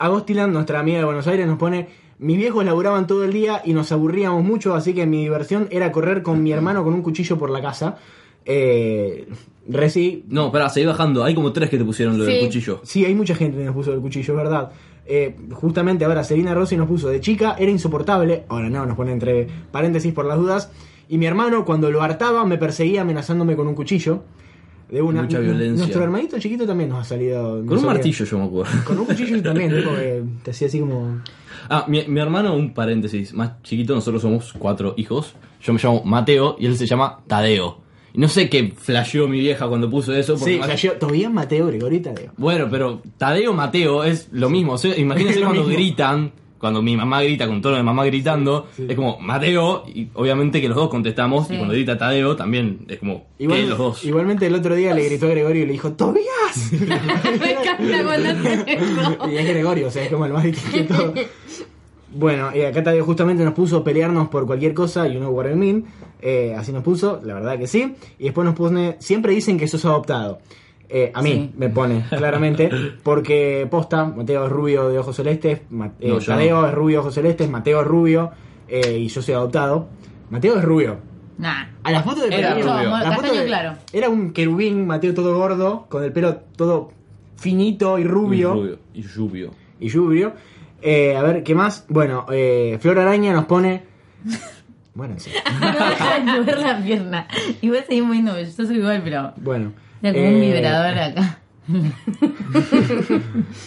S2: Agostilan, nuestra amiga de Buenos Aires, nos pone: Mis viejos laburaban todo el día y nos aburríamos mucho, así que mi diversión era correr con mi hermano con un cuchillo por la casa. Eh, Reci,
S4: No, pará, seguí bajando. Hay como tres que te pusieron lo del
S1: Sí.
S4: cuchillo.
S2: Sí, hay mucha gente que nos puso el cuchillo, es verdad. Eh, justamente ahora Selina Rossi nos puso de chica, era insoportable. Ahora no, nos pone entre paréntesis por las dudas. Y mi hermano, cuando lo hartaba, me perseguía amenazándome con un cuchillo. De una,
S4: Mucha violencia.
S2: Nuestro hermanito chiquito también nos ha salido. nos
S4: Con un
S2: salía-
S4: martillo, yo me acuerdo.
S2: Con un cuchillo también, tipo que te hacía así como.
S4: Ah, mi, mi hermano, un paréntesis, más chiquito, nosotros somos cuatro hijos. Yo me llamo Mateo y él se llama Tadeo. Y no sé qué flasheó mi vieja cuando puso eso. Porque
S2: Sí, o sea, yo- todavía Mateo Gregorita, digo.
S4: Bueno, pero Tadeo Mateo es lo mismo. O sea, imagínense
S2: Es lo
S4: cuando
S2: mismo.
S4: gritan, cuando mi mamá grita con tono de mamá gritando, es como Mateo, y obviamente que los dos contestamos, y cuando grita Tadeo también es como que
S2: Igual-
S4: Eh, los dos.
S2: Igualmente el otro día le gritó a Gregorio y le dijo, ¡Tobías!
S1: Me encanta cuando haces eso.
S2: Y es Gregorio, o sea, es como el más distinto. Bueno, y acá Tadeo justamente nos puso pelearnos por cualquier cosa y uno what I mean. Eh, así nos puso, la verdad que sí. Y después nos pone, siempre dicen que sos adoptado. Eh, a mí
S3: Sí.
S2: me pone, claramente, porque posta, Mateo es rubio de ojos celestes, Ma- eh,
S4: No, yo
S2: Tadeo es rubio de ojos celestes, Mateo es rubio eh, y yo soy adoptado. Mateo es rubio.
S3: Nah.
S2: A la foto de
S4: Era
S2: perfil-
S4: rubio.
S2: la foto
S3: Castaño
S2: de-
S3: claro.
S2: Era un querubín, Mateo todo gordo, con el pelo todo finito y
S4: Y
S2: rubio
S4: Y lluvio.
S2: y lluvio. Eh, a ver, ¿qué más? Bueno, eh, Flor Araña nos pone. Bueno, sí.
S3: No deja de mover la pierna. Igual seguís moviendo, yo soy igual, pero.
S2: Bueno.
S3: Era como un
S2: Eh,
S3: vibrador acá.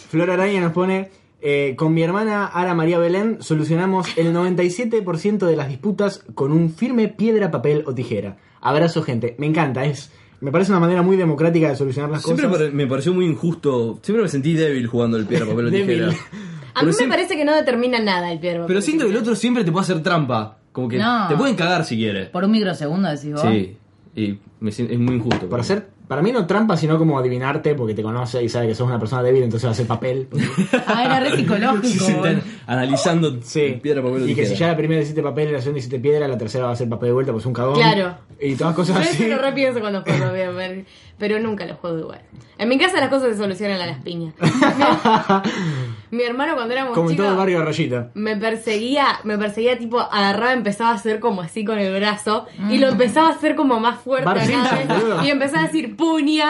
S2: Flor Araña nos pone. eh, con mi hermana Ara María Belén solucionamos el 97% de las disputas con un firme piedra, papel o tijera. Abrazo, gente. Me encanta, es. Me parece una manera muy democrática de solucionar las
S4: Siempre
S2: cosas.
S4: pare- me pareció muy injusto. Siempre me sentí débil jugando el piedra, papel o
S2: Débil.
S4: tijera.
S1: A mí
S4: Pero
S1: me
S4: siem-
S1: parece que no determina nada el pierdo.
S4: Pero siento que el otro siempre te puede hacer trampa. Como que
S3: No.
S4: te pueden cagar si quiere.
S3: Por un microsegundo decís vos.
S4: Sí. Y me sien- es muy injusto.
S2: Para hacer, para mí no trampa, sino como adivinarte, porque te conoce y sabe que sos una persona débil, entonces va a hacer papel.
S3: Ah, era re psicológico.
S4: Sí, sí, están analizando
S2: Sí.
S4: piedra, papel o
S2: y que
S4: tijera.
S2: si ya la primera hiciste papel y la segunda hiciste piedra, la tercera va a ser papel de vuelta, pues un cagón.
S1: Claro.
S2: Y todas cosas
S1: Yo eso
S2: así.
S1: lo repienso cuando juego bien, ver- pero nunca lo juego igual. En mi casa las cosas se solucionan a las piñas. mi, mi hermano cuando éramos
S2: Como en
S1: chicos
S2: todo el barrio de Rayita.
S1: me perseguía, me perseguía tipo agarraba, empezaba a hacer como así con el brazo y
S3: Mm.
S1: lo empezaba a hacer como más fuerte
S2: Bart
S1: cada
S2: Simpson,
S1: vez,
S2: boludo.
S1: y empezaba a decir puña.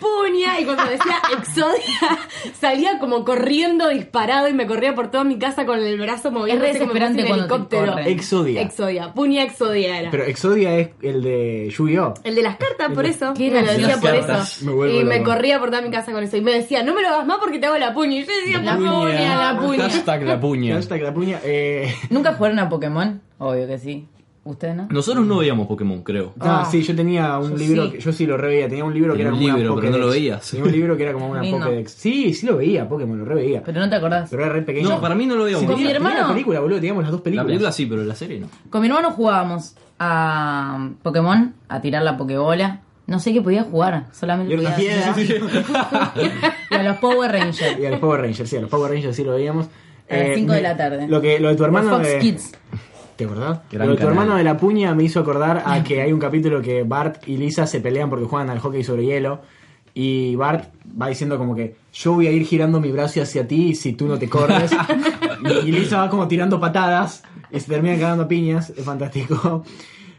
S1: Puña, y cuando decía exodia, salía como corriendo disparado y me corría por toda mi casa con el brazo moviendo
S3: desesperante cuando te corren.
S2: Exodia.
S1: Exodia, puña exodia era.
S2: Pero Exodia es el de Yu-Gi-Oh!
S1: El de las cartas, por eso.
S3: ¿Qué
S1: me
S3: eran
S1: lo
S3: las
S1: decía por
S4: cartas?
S1: eso.
S2: Me vuelvo
S1: y me
S2: loco.
S1: corría por toda mi casa con eso. Y me decía, no me lo hagas más porque te hago la puña. Y yo decía, la
S4: puña.
S1: puña, la puña.
S4: Hashtag la puña.
S2: Hashtag la puña. eh,
S3: ¿Nunca jugaron a Pokémon? Obvio que sí. ¿Ustedes no?
S4: Nosotros no veíamos Pokémon, creo.
S2: Ah,
S3: Ah.
S2: sí, yo tenía un
S3: Yo
S2: libro,
S3: sí.
S2: que- yo sí lo reveía, tenía un libro que
S4: Tenía
S2: era
S4: un
S2: como
S4: libro,
S2: una
S4: pero no
S2: Pokédex.
S4: lo veías.
S2: Tenía un libro que era como una
S3: A mí no.
S2: Pokédex. Sí, sí lo veía, Pokémon, lo reveía.
S3: Pero no te acordás.
S2: Pero era re pequeño.
S4: No, para mí no lo veíamos.
S3: Con mi
S4: Tenía-
S3: hermano-
S2: Tenía la película, boludo, teníamos las dos
S4: La
S2: películas.
S4: película sí, pero la serie no.
S3: Con mi hermano jugábamos a Pokémon, a tirar la Pokébola. No sé qué podía jugar, solamente
S2: Y era una
S3: podía-
S2: piedra.
S3: Y a los Power
S2: Y
S3: Rangers.
S2: a los Power Rangers, sí, a los Power Rangers sí lo veíamos.
S3: A las
S2: Eh,
S3: cinco de
S2: me-
S3: la tarde.
S2: Lo, que, lo de tu hermano.
S3: Fox
S2: de-
S3: Kids.
S2: ¿Te acordás?
S4: Gran
S2: Lo de tu
S4: canal.
S2: hermano de la puña me hizo acordar a que hay un capítulo que Bart y Lisa se pelean porque juegan al hockey sobre hielo. Y Bart va diciendo como que yo voy a ir girando mi brazo hacia ti si tú no te corres. y Lisa va como tirando patadas y se terminan cagando a piñas. Es fantástico.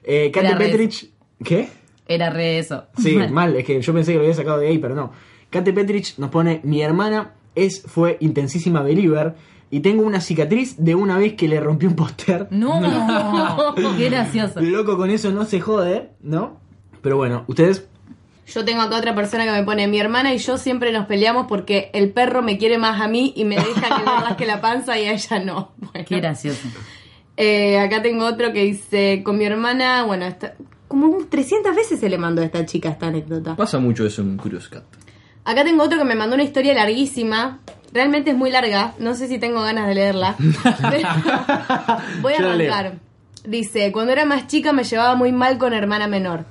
S2: Eh, Katy
S3: Era re-
S2: Petrich. ¿Qué?
S3: Era re eso.
S2: Sí, mal, es que yo pensé que lo había sacado de ahí, pero no. Kate Petrich nos pone, mi hermana es, fue intensísima believer y tengo una cicatriz de una vez que le rompí un póster.
S3: No, qué gracioso.
S2: Loco, con eso no se jode, ¿no? Pero bueno, ustedes...
S1: Yo tengo acá otra persona que me pone, mi hermana y yo siempre nos peleamos porque el perro me quiere más a mí y me deja que le rasque la panza y a ella no. Bueno.
S3: Qué gracioso.
S1: Eh, acá tengo otro que dice, con mi hermana, bueno, esta- como un 300 veces se le mandó a esta chica esta anécdota.
S4: Pasa mucho eso en Curious Cat.
S1: Acá tengo otro que me mandó una historia larguísima Realmente es muy larga, no sé si tengo ganas de leerla. pero voy a
S4: Yo la leo.
S1: arrancar. Dice, cuando era más chica me llevaba muy mal con hermana menor.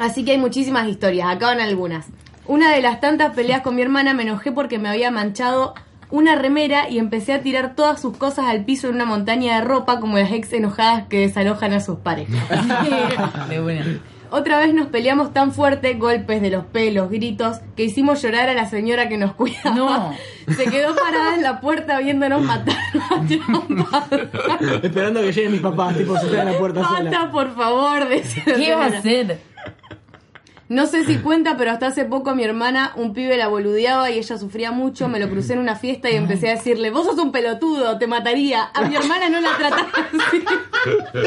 S1: Así que hay muchísimas historias, acá van algunas. Una de las tantas peleas con mi hermana me enojé porque me había manchado una remera y empecé a tirar todas sus cosas al piso en una montaña de ropa como las ex enojadas que desalojan a sus parejas.
S3: De buena.
S1: Otra vez nos peleamos tan fuerte, golpes de los pelos, gritos, que hicimos llorar a la señora que nos cuidaba.
S3: No.
S1: Se quedó parada en la puerta viéndonos matar a trompadas.
S2: Esperando que lleguen mis papás, tipo, se quedan en la puerta sola.
S1: Basta, por favor, decía la
S3: ¿Qué va a
S1: señora.
S3: hacer?
S1: No sé si cuenta, pero hasta hace poco mi hermana, un pibe la boludeaba y ella sufría mucho. Me lo crucé en una fiesta y empecé a decirle, vos sos un pelotudo, te mataría. A mi hermana no la tratás así.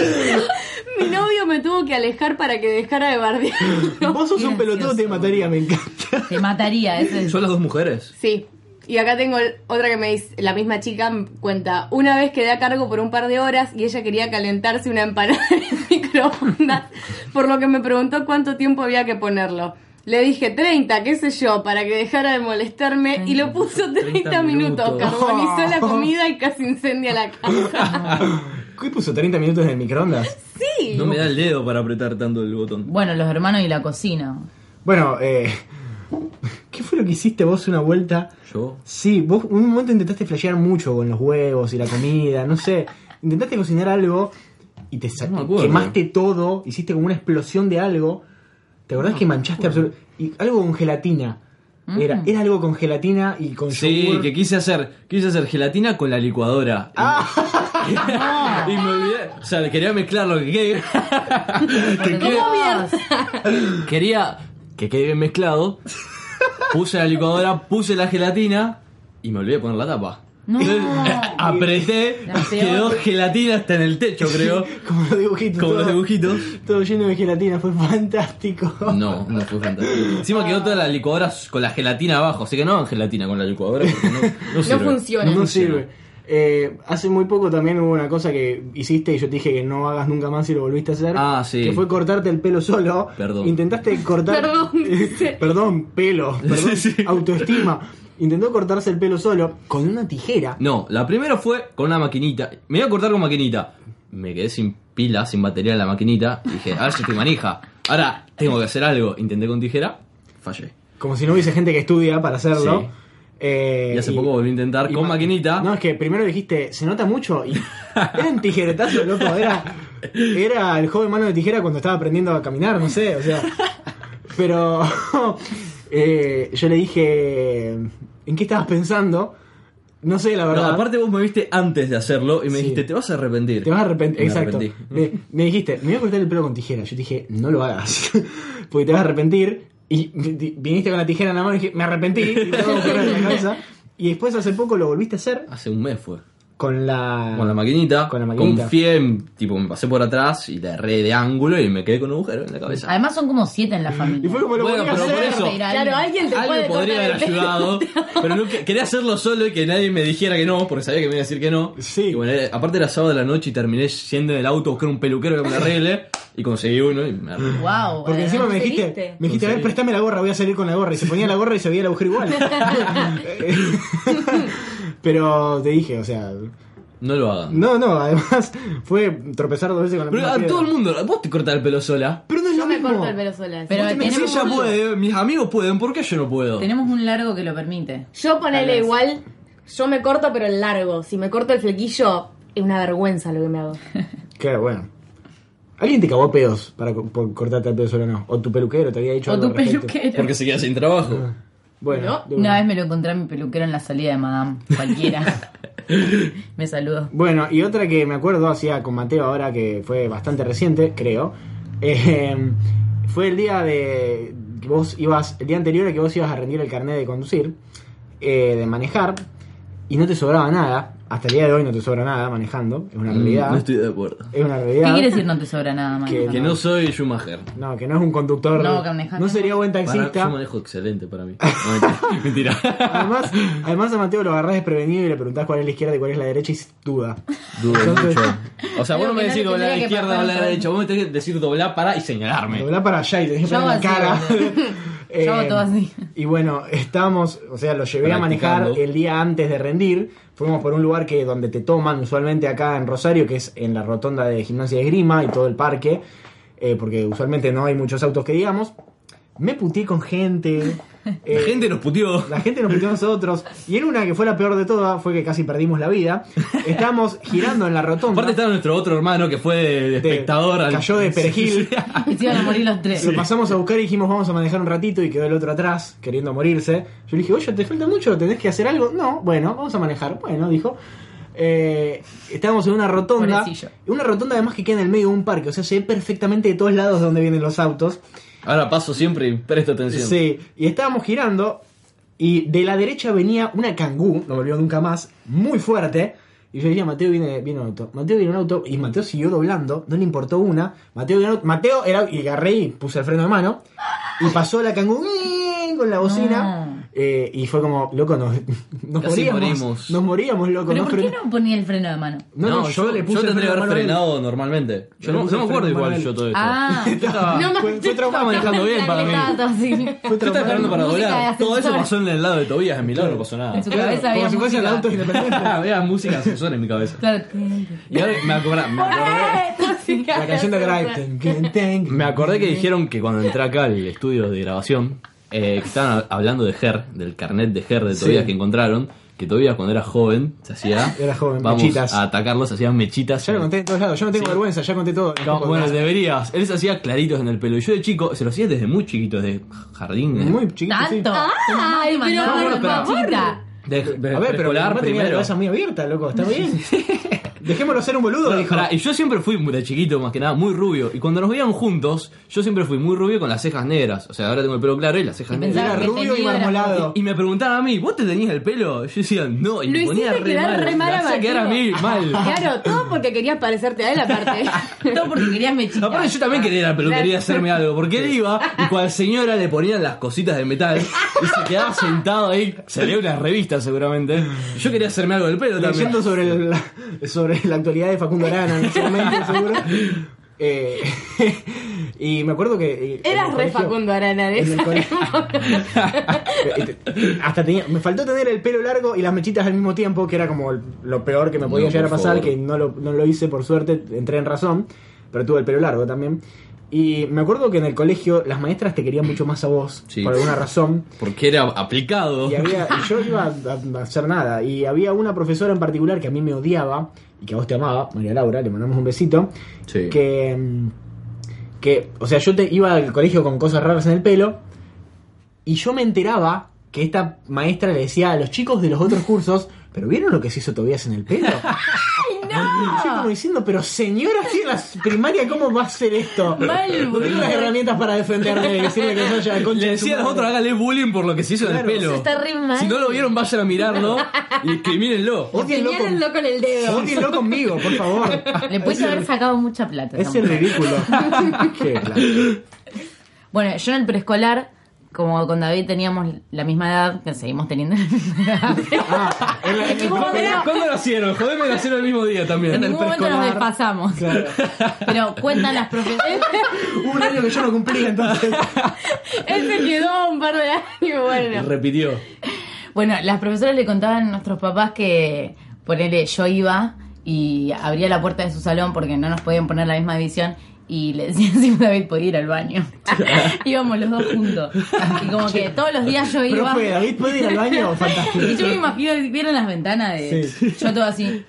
S1: mi novio me tuvo que alejar para que dejara de bardearlo.
S2: Vos sos
S3: Qué
S2: un pelotudo, te
S3: gracioso.
S2: mataría, me encanta.
S3: Te mataría, ese es.
S4: Son las dos mujeres.
S1: Sí. Y acá tengo el- otra que me dice, la misma chica m- cuenta, una vez quedé a cargo por un par de horas y ella quería calentarse una empanada en el microondas, por lo que me preguntó cuánto tiempo había que ponerlo. Le dije 30, qué sé yo, para que dejara de molestarme y lo puso 30,
S4: 30
S1: minutos.
S4: minutos.
S1: Carbonizó la comida y casi incendia la casa.
S2: ¿Qué puso 30 minutos en el microondas?
S1: Sí.
S4: No me da el dedo para apretar tanto el botón.
S3: Bueno, los hermanos y la cocina.
S2: Bueno, eh, ¿qué fue lo que hiciste vos una vuelta?
S4: Yo.
S2: Sí, vos en un momento intentaste flashear mucho con los huevos y la comida, no sé. Intentaste cocinar algo y te sa-
S4: No me acuerdo.
S2: quemaste todo, hiciste como una explosión de algo. ¿Te acordás que manchaste absolu- y algo con gelatina? Era, era algo con gelatina y con
S4: Mm. Sí,
S2: yogur.
S4: que quise hacer, quise hacer gelatina con la licuadora. y me olvidé, o sea, quería mezclarlo que quede- que quede- quería que quede bien mezclado. Puse la licuadora, puse la gelatina y me olvidé de poner la tapa.
S3: No.
S4: Apreté,
S3: La peor.
S4: quedó gelatina hasta en el techo, creo.
S2: Como los dibujitos.
S4: Como los
S2: todo-
S4: dibujitos.
S2: Todo lleno de gelatina, fue fantástico.
S4: No, no fue fantástico. Encima quedó toda la licuadora con la gelatina abajo, así que no hagan gelatina con la licuadora porque no, no sirve.
S1: funciona.
S2: No sirve. Eh, hace muy poco también hubo una cosa que hiciste y yo te dije que no hagas nunca más y lo volviste a hacer.
S4: Ah, sí.
S2: Que fue cortarte el pelo solo.
S4: Perdón.
S2: Intentaste cortar.
S1: Perdón, dice.
S2: Perdón, pelo. Perdón,
S4: Sí, sí.
S2: autoestima. Intentó cortarse el pelo solo con una tijera.
S4: No, la primera fue con una maquinita. Me iba a cortar con maquinita. Me quedé sin pila, sin batería en la maquinita. Y dije, a ver si te manija. Ahora tengo que hacer algo. Intenté con tijera, fallé.
S2: Como si no hubiese gente que estudia para hacerlo.
S4: Sí.
S2: Eh,
S4: Y hace poco volví a intentar
S2: y
S4: con
S2: ma-
S4: maquinita.
S2: No, es que primero dijiste, se nota mucho. Y eran tijeretazos, loco. Era, era el joven mano de tijera cuando estaba aprendiendo a caminar, no sé, o sea. Pero eh, yo le dije, ¿en qué estabas pensando? No sé, la
S4: No,
S2: verdad.
S4: aparte vos me viste antes de hacerlo y me
S2: Sí.
S4: dijiste, te vas a arrepentir.
S2: Te vas a arrepentir.
S4: Me
S2: Exacto.
S4: arrepentí.
S2: Me, me dijiste, me voy a cortar el pelo con tijera. Yo te dije, no lo hagas. Porque te vas a arrepentir. Y vi- vi- viniste con la tijera en la mano y dije, me arrepentí. Y, te hago correr la cabeza. y después hace poco lo volviste a hacer
S4: Hace un mes fue.
S2: con la...
S4: Con la maquinita,
S2: Ah, Con la maquinita.
S4: confié, en- tipo me pasé por atrás y la erré de ángulo y me quedé con un agujero en la cabeza.
S3: Además son como siete en la
S2: Y
S3: familia.
S2: fue como lo
S4: Bueno,
S2: volví a
S4: pero por
S2: hacer.
S4: eso-
S1: Claro, alguien te puede
S4: Alguien podría
S1: cortar
S4: haber
S1: el pelo.
S4: ayudado, pero no que- quería hacerlo solo y que nadie me dijera que no, porque sabía que me iba a decir que no.
S2: Sí.
S4: Y bueno, eh, aparte era sábado de la noche y terminé yendo en el auto a buscar un peluquero que me lo arregle y conseguí uno y me arreglé.
S3: Wow.
S2: Porque encima me dijiste,
S1: conseguiste.
S2: me dijiste, a ver, préstame la gorra, voy a salir con la gorra. Y se ponía la gorra y se veía el agujero igual. Pero te dije, o sea,
S4: No lo hagan.
S2: no, no, además fue tropezar dos veces con la
S4: Pero
S2: misma
S4: a
S2: piedra.
S4: todo el mundo, vos te cortas el pelo sola.
S2: Pero no es
S1: Yo
S2: lo
S1: me
S2: mismo.
S1: corto el pelo sola.
S3: eh, Pero
S2: Vos te
S4: Si
S3: tenemos-
S2: pensás,
S4: ella puede, mis amigos pueden, ¿por qué yo no puedo?
S3: Tenemos un largo que lo permite.
S1: Yo
S3: Tal
S1: ponele
S3: vez.
S1: igual, yo me corto pero el largo. Si me corto el flequillo, es una vergüenza lo que me hago.
S2: Claro, bueno. ¿Alguien te cagó a pedos para co- por cortarte el pelo solo o no? ¿O tu peluquero te había dicho
S3: O
S2: algo
S3: tu
S2: al respecto?
S3: peluquero.
S4: Porque se queda sin
S2: Ah,
S4: trabajo.
S2: Bueno, de
S3: Una
S2: una.
S3: vez me lo encontré a mi peluquero en la salida de Madame, cualquiera. me saludó.
S2: Bueno, y otra que me acuerdo hacía con Mateo ahora, que fue bastante reciente, creo. eh, fue el día de. que vos ibas. El día anterior a que vos ibas a rendir el carnet de conducir, eh, de manejar, y no te sobraba nada. Hasta el día de hoy no te sobra nada manejando, es una realidad.
S4: Mm, No estoy de acuerdo.
S2: Es una
S3: ¿Qué
S2: realidad.
S3: quiere decir no te sobra nada más?
S2: Que-
S4: Que no soy Schumacher.
S2: No, que no es un conductor.
S3: No, que manejás
S2: no
S3: bien.
S2: sería buen
S4: Para,
S2: taxista.
S4: yo manejo excelente para mí. No, mentira. mentira.
S2: Además, además a Mateo lo agarrás desprevenido y le preguntás cuál es la izquierda y cuál es la derecha y s- duda.
S4: Dudo
S2: Entonces-
S4: mucho. O sea, vos
S3: Creo
S4: no me
S3: que
S4: decís
S3: nadie
S4: doblar a la
S3: tendría que
S4: izquierda,
S3: pasar
S4: doblar a la
S3: por-
S4: derecha. Vos me tenés que decir doblar para y señalarme.
S2: Doblá para allá y tenés que
S3: Yo
S2: poner la
S3: hago así,
S2: cara.
S3: boludo.
S2: Eh,
S3: Yo hago todo así.
S2: Y bueno, estábamos, o sea, lo llevé a manejar
S4: Practicando.
S2: el día antes de rendir. Fuimos por un lugar que donde te toman usualmente acá en Rosario, que es en la rotonda de gimnasia de esgrima y todo el parque, eh, porque usualmente no hay muchos autos que digamos. Me puté con gente. eh,
S4: La gente nos puteó.
S2: la gente nos puteó a nosotros. Y en una que fue la peor de todas, fue que casi perdimos la vida. Estábamos girando en la rotonda.
S4: Aparte está nuestro otro hermano que fue de
S2: Te-
S4: espectador. al-
S2: Cayó de perejil.
S3: Y se iban a morir los tres.
S2: Lo pasamos a buscar y dijimos, vamos a manejar un ratito. Y quedó el otro atrás, queriendo morirse. Yo le dije, oye, ¿te falta mucho? ¿Tenés que hacer algo? No, bueno, vamos a manejar. Bueno, dijo. Eh, estábamos en una rotonda.
S3: Pobrecillo.
S2: Una rotonda además que queda en el medio de un parque. O sea, se ve perfectamente de todos lados de donde vienen los autos.
S4: Ahora paso siempre y presto atención.
S2: Sí, y estábamos girando y de la derecha venía una cangú, no me olvido nunca más, muy fuerte. Y yo decía, Mateo viene, viene un auto, Mateo viene un auto, y Mateo siguió doblando, no le importó una. Mateo viene un auto, Mateo era, y agarré y puse el freno de mano, y pasó la cangú ¡mii! con la bocina.
S3: No.
S2: eh, y fue como, loco, nos, nos
S4: Casi
S2: moríamos.
S4: morimos.
S2: Nos moríamos, loco.
S3: Pero
S2: no
S3: ¿por qué
S2: fre-
S3: no ponía el freno de mano?
S2: No, no, yo, le puse
S4: yo
S2: el
S4: tendría que
S2: freno de
S4: haber
S2: mano a él.
S4: frenado normalmente.
S2: Yo
S4: Yo
S2: le
S4: no,
S2: puse
S4: no me
S2: el
S4: acuerdo
S2: freno a
S4: igual
S2: él.
S4: yo todo esto.
S3: Ah,
S4: Yo estaba,
S1: No,
S2: fue-
S1: más-
S2: fue trauma,
S4: manejando bien para mí.
S3: Estaba todo así.
S2: Fue
S4: yo estaba esperando para
S3: Música de
S4: volar.
S3: ascensor.
S4: Todo eso pasó en el lado de Tobías, en mi lado no pasó nada.
S3: En su
S2: Claro,
S3: cabeza había
S2: como si fuese el
S3: música.
S2: auto independiente.
S4: Había música de ascensor en mi cabeza.
S3: Claro.
S4: Y ahora me acordé, me acordé,
S1: Eh,
S2: La canción de Drive. ten, ten, ten.
S4: me acordé que dijeron que cuando entré acá al estudio de grabación, eh, que estaban a- hablando de Ger, del carnet de Ger de Tobías
S2: Sí.
S4: que encontraron, que Tobías cuando era joven se hacía...
S2: Era joven,
S4: vamos
S2: mechitas.
S4: a atacarlos, se hacían mechitas.
S2: Ya lo conté en todos lados, yo no tengo
S4: Sí.
S2: vergüenza, ya conté todo.
S4: Como, bueno, deberías. Él se hacía claritos en el pelo. Y yo de chico, se lo hacía desde muy chiquito, de jardín. de-
S2: Muy chiquito. sí.
S3: Tanto. Ay,
S1: pero
S4: por
S3: pero
S4: favor.
S3: machita.
S4: de- de-
S2: A ver, pero mi
S4: preescolar
S2: mamá tenía la
S4: primero.
S2: cabeza muy abierta, loco, está bien. Dejémoslo ser un boludo,
S4: Bueno,
S2: dijo.
S4: pará, y yo siempre fui de chiquito, más que nada, muy rubio. Y cuando nos veían juntos, yo siempre fui muy rubio con las cejas negras. O sea, ahora tengo el pelo claro y las cejas
S3: Y
S4: negras.
S2: Era
S3: pensaba que
S2: rubio y
S3: tenía
S2: marmolado.
S4: Y me preguntaban a mí, ¿vos te tenías el pelo? Yo decía, no, y
S1: Lo
S4: me ponía
S1: hiciste
S4: re
S1: quedar
S4: mal.
S1: re mal
S4: me
S1: a
S4: hacía quedar a mí mal.
S1: Claro, todo porque querías parecerte a él aparte.
S3: Todo porque querías mechita.
S4: Aparte yo también quería ir a la peluquería a hacerme algo, porque él iba y cual señora le ponían las cositas de metal y se quedaba sentado ahí, se leía una revista seguramente. Yo quería hacerme algo del pelo también.
S2: Leyendo sobre la, sobre la actualidad de Facundo Arana en ese momento, seguro. Eh, y me acuerdo que. eh, en
S1: Eras
S2: el
S1: re
S2: colegio-
S1: Facundo Arana de
S2: en el
S1: esa
S2: colegio- Eh, eh, Hasta tenía, me faltó tener el pelo largo y las mechitas al mismo tiempo, que era como lo peor que me podía
S4: No,
S2: llegar a
S4: por
S2: pasar,
S4: favor.
S2: que no lo, no lo hice por suerte, entré en razón, pero tuve el pelo largo también. Y me acuerdo que en el colegio las maestras te querían mucho más a vos,
S4: Sí.
S2: por alguna razón.
S4: Porque era aplicado.
S2: Y, había, y yo iba a, a hacer nada. Y había una profesora en particular que a mí me odiaba y que a vos te amaba, María Laura, le mandamos un besito.
S4: Sí.
S2: Que, mm, que, o sea, yo te iba al colegio con cosas raras en el pelo y yo me enteraba que esta maestra le decía a los chicos de los otros cursos, ¿pero vieron lo que se hizo Tobías en el pelo? Y yo como diciendo, pero señora, si en la primaria, ¿cómo va a hacer esto?
S3: Mal,
S2: no tengo
S3: boludo.
S2: las herramientas para defenderme y decirle que soy la concha
S4: Le
S2: de su
S4: decía a los
S2: madre.
S4: otros, hágale bullying por lo que se hizo
S2: Claro.
S4: en el pelo.
S3: Eso está re mal.
S4: Si no lo vieron, vayan a mirarlo y discrimínenlo.
S2: Ódienlo con-
S1: Señálenlo con el dedo.
S2: Ódienlo conmigo, por favor.
S3: Le puedes haber sacado mucha plata.
S2: Es
S3: también.
S2: el ridículo. Qué la-
S3: Bueno, yo en el preescolar, como con David teníamos la misma edad, que seguimos teniendo la misma edad.
S2: Ah, en la- en el-
S3: ¿Cómo era?
S4: ¿Cuándo lo hicieron? Joder, me lo hicieron el mismo día también.
S3: En ningún momento nos desfasamos.
S2: Claro.
S3: Pero cuentan las profesoras.
S2: Hubo un año que yo no cumplí, entonces.
S1: Él se quedó un par de años, bueno.
S4: Repitió.
S3: Bueno, las profesoras le contaban a nuestros papás que, ponele, yo iba y abría la puerta de su salón porque no nos podían poner la misma división y le decían si David podía ir al baño. Íbamos los dos juntos. Y como que todos los días yo iba...
S2: Profe, David, ¿puede ir al baño? Fantástico.
S3: Y yo me imagino, vieron las ventanas de...
S2: Sí.
S3: Yo todo así.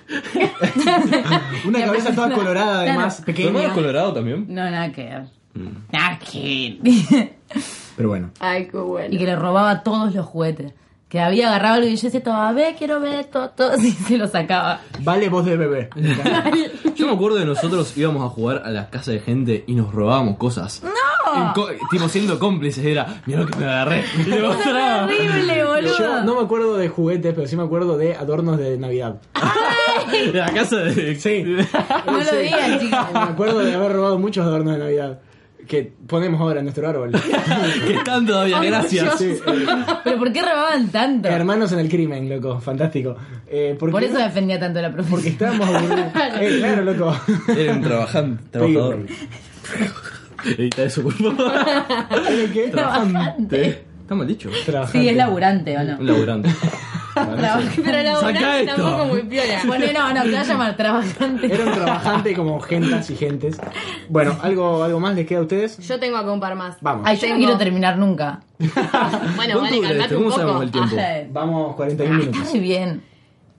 S2: Una
S3: La
S2: cabeza toda
S3: profesora-
S2: colorada, además,
S3: Claro.
S4: ¿Tu hermano es
S2: pequeña.
S4: colorado también?
S3: No, nada que ver. Nada que ver.
S2: Pero bueno.
S1: Ay, qué
S3: Y
S1: bueno.
S3: que le robaba todos los juguetes. Que había agarrado algo y yo decía, todo, a ver, quiero ver esto, todo. Y se lo sacaba.
S2: Vale voz de bebé.
S4: Yo me acuerdo de nosotros íbamos a jugar a las casas de gente y nos robábamos cosas. ¡No! tipo siendo cómplices, era, mira lo que me agarré. Y le mostraba.
S3: Horrible, boludo.
S2: Yo no me acuerdo de juguetes, pero sí me acuerdo de adornos de Navidad.
S4: La casa de.
S2: Sí.
S3: No lo
S2: Sí.
S3: digan,
S2: Me
S3: chicos.
S2: acuerdo de haber robado muchos adornos de Navidad que ponemos ahora en nuestro árbol.
S4: que están todavía, gracias.
S2: Sí, eh,
S3: Pero ¿por qué robaban tanto?
S2: hermanos en el crimen, loco, fantástico. Eh, porque-
S3: Por eso defendía tanto a la
S2: Porque Eh,
S3: profesora.
S2: estábamos aburridos. Eh, claro, loco.
S4: Era un trabajan- trabajador. Edita eso, por favor. Trabajante. Está mal dicho.
S3: Sí, es laburante, ¿o no?
S4: Un laburante.
S1: Pero la
S4: Saca
S1: verdad
S4: esto.
S1: tampoco muy piola.
S3: Bueno, no, no, te va a llamar trabajante.
S2: Era un trabajante como gentas y gentes. Bueno, ¿algo, algo más les queda a ustedes?
S1: Yo tengo a compar más.
S2: Vamos.
S3: Ay, yo no
S1: Tengo-
S3: quiero terminar nunca.
S1: Bueno,
S4: ¿Cuánto
S1: vale,
S4: dura
S1: calmate un
S4: esto? este, ¿Cómo sabemos
S1: poco.
S4: el tiempo?
S1: Ah,
S2: Vamos, 41 minutos.
S3: Muy bien.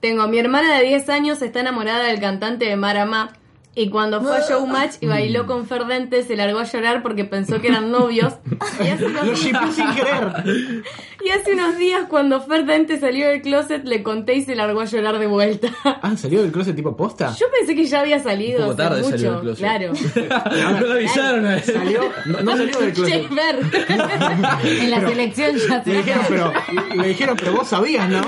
S1: Tengo mi hermana de 10 años, está enamorada del cantante de Maramá. Y cuando fue a Showmatch y bailó con Ferdente, se largó a llorar porque pensó que eran novios. Y hace unos
S2: Lo shipeé
S1: días,
S2: sin querer.
S1: y hace unos días, cuando Ferdente salió del closet, le conté y se largó a llorar de vuelta.
S2: Ah, ¿salió del closet tipo posta?
S1: Yo pensé que ya había salido.
S4: Un
S1: hace
S4: poco tarde
S1: mucho,
S4: salió del closet.
S1: Claro.
S4: no lo avisaron a él.
S2: ¿Salió? No, no salió
S1: Che,
S2: del closet.
S1: Fer.
S3: En la selección ya
S2: Le
S3: se
S2: dijeron, pero, le dijeron, pero vos sabías, ¿no?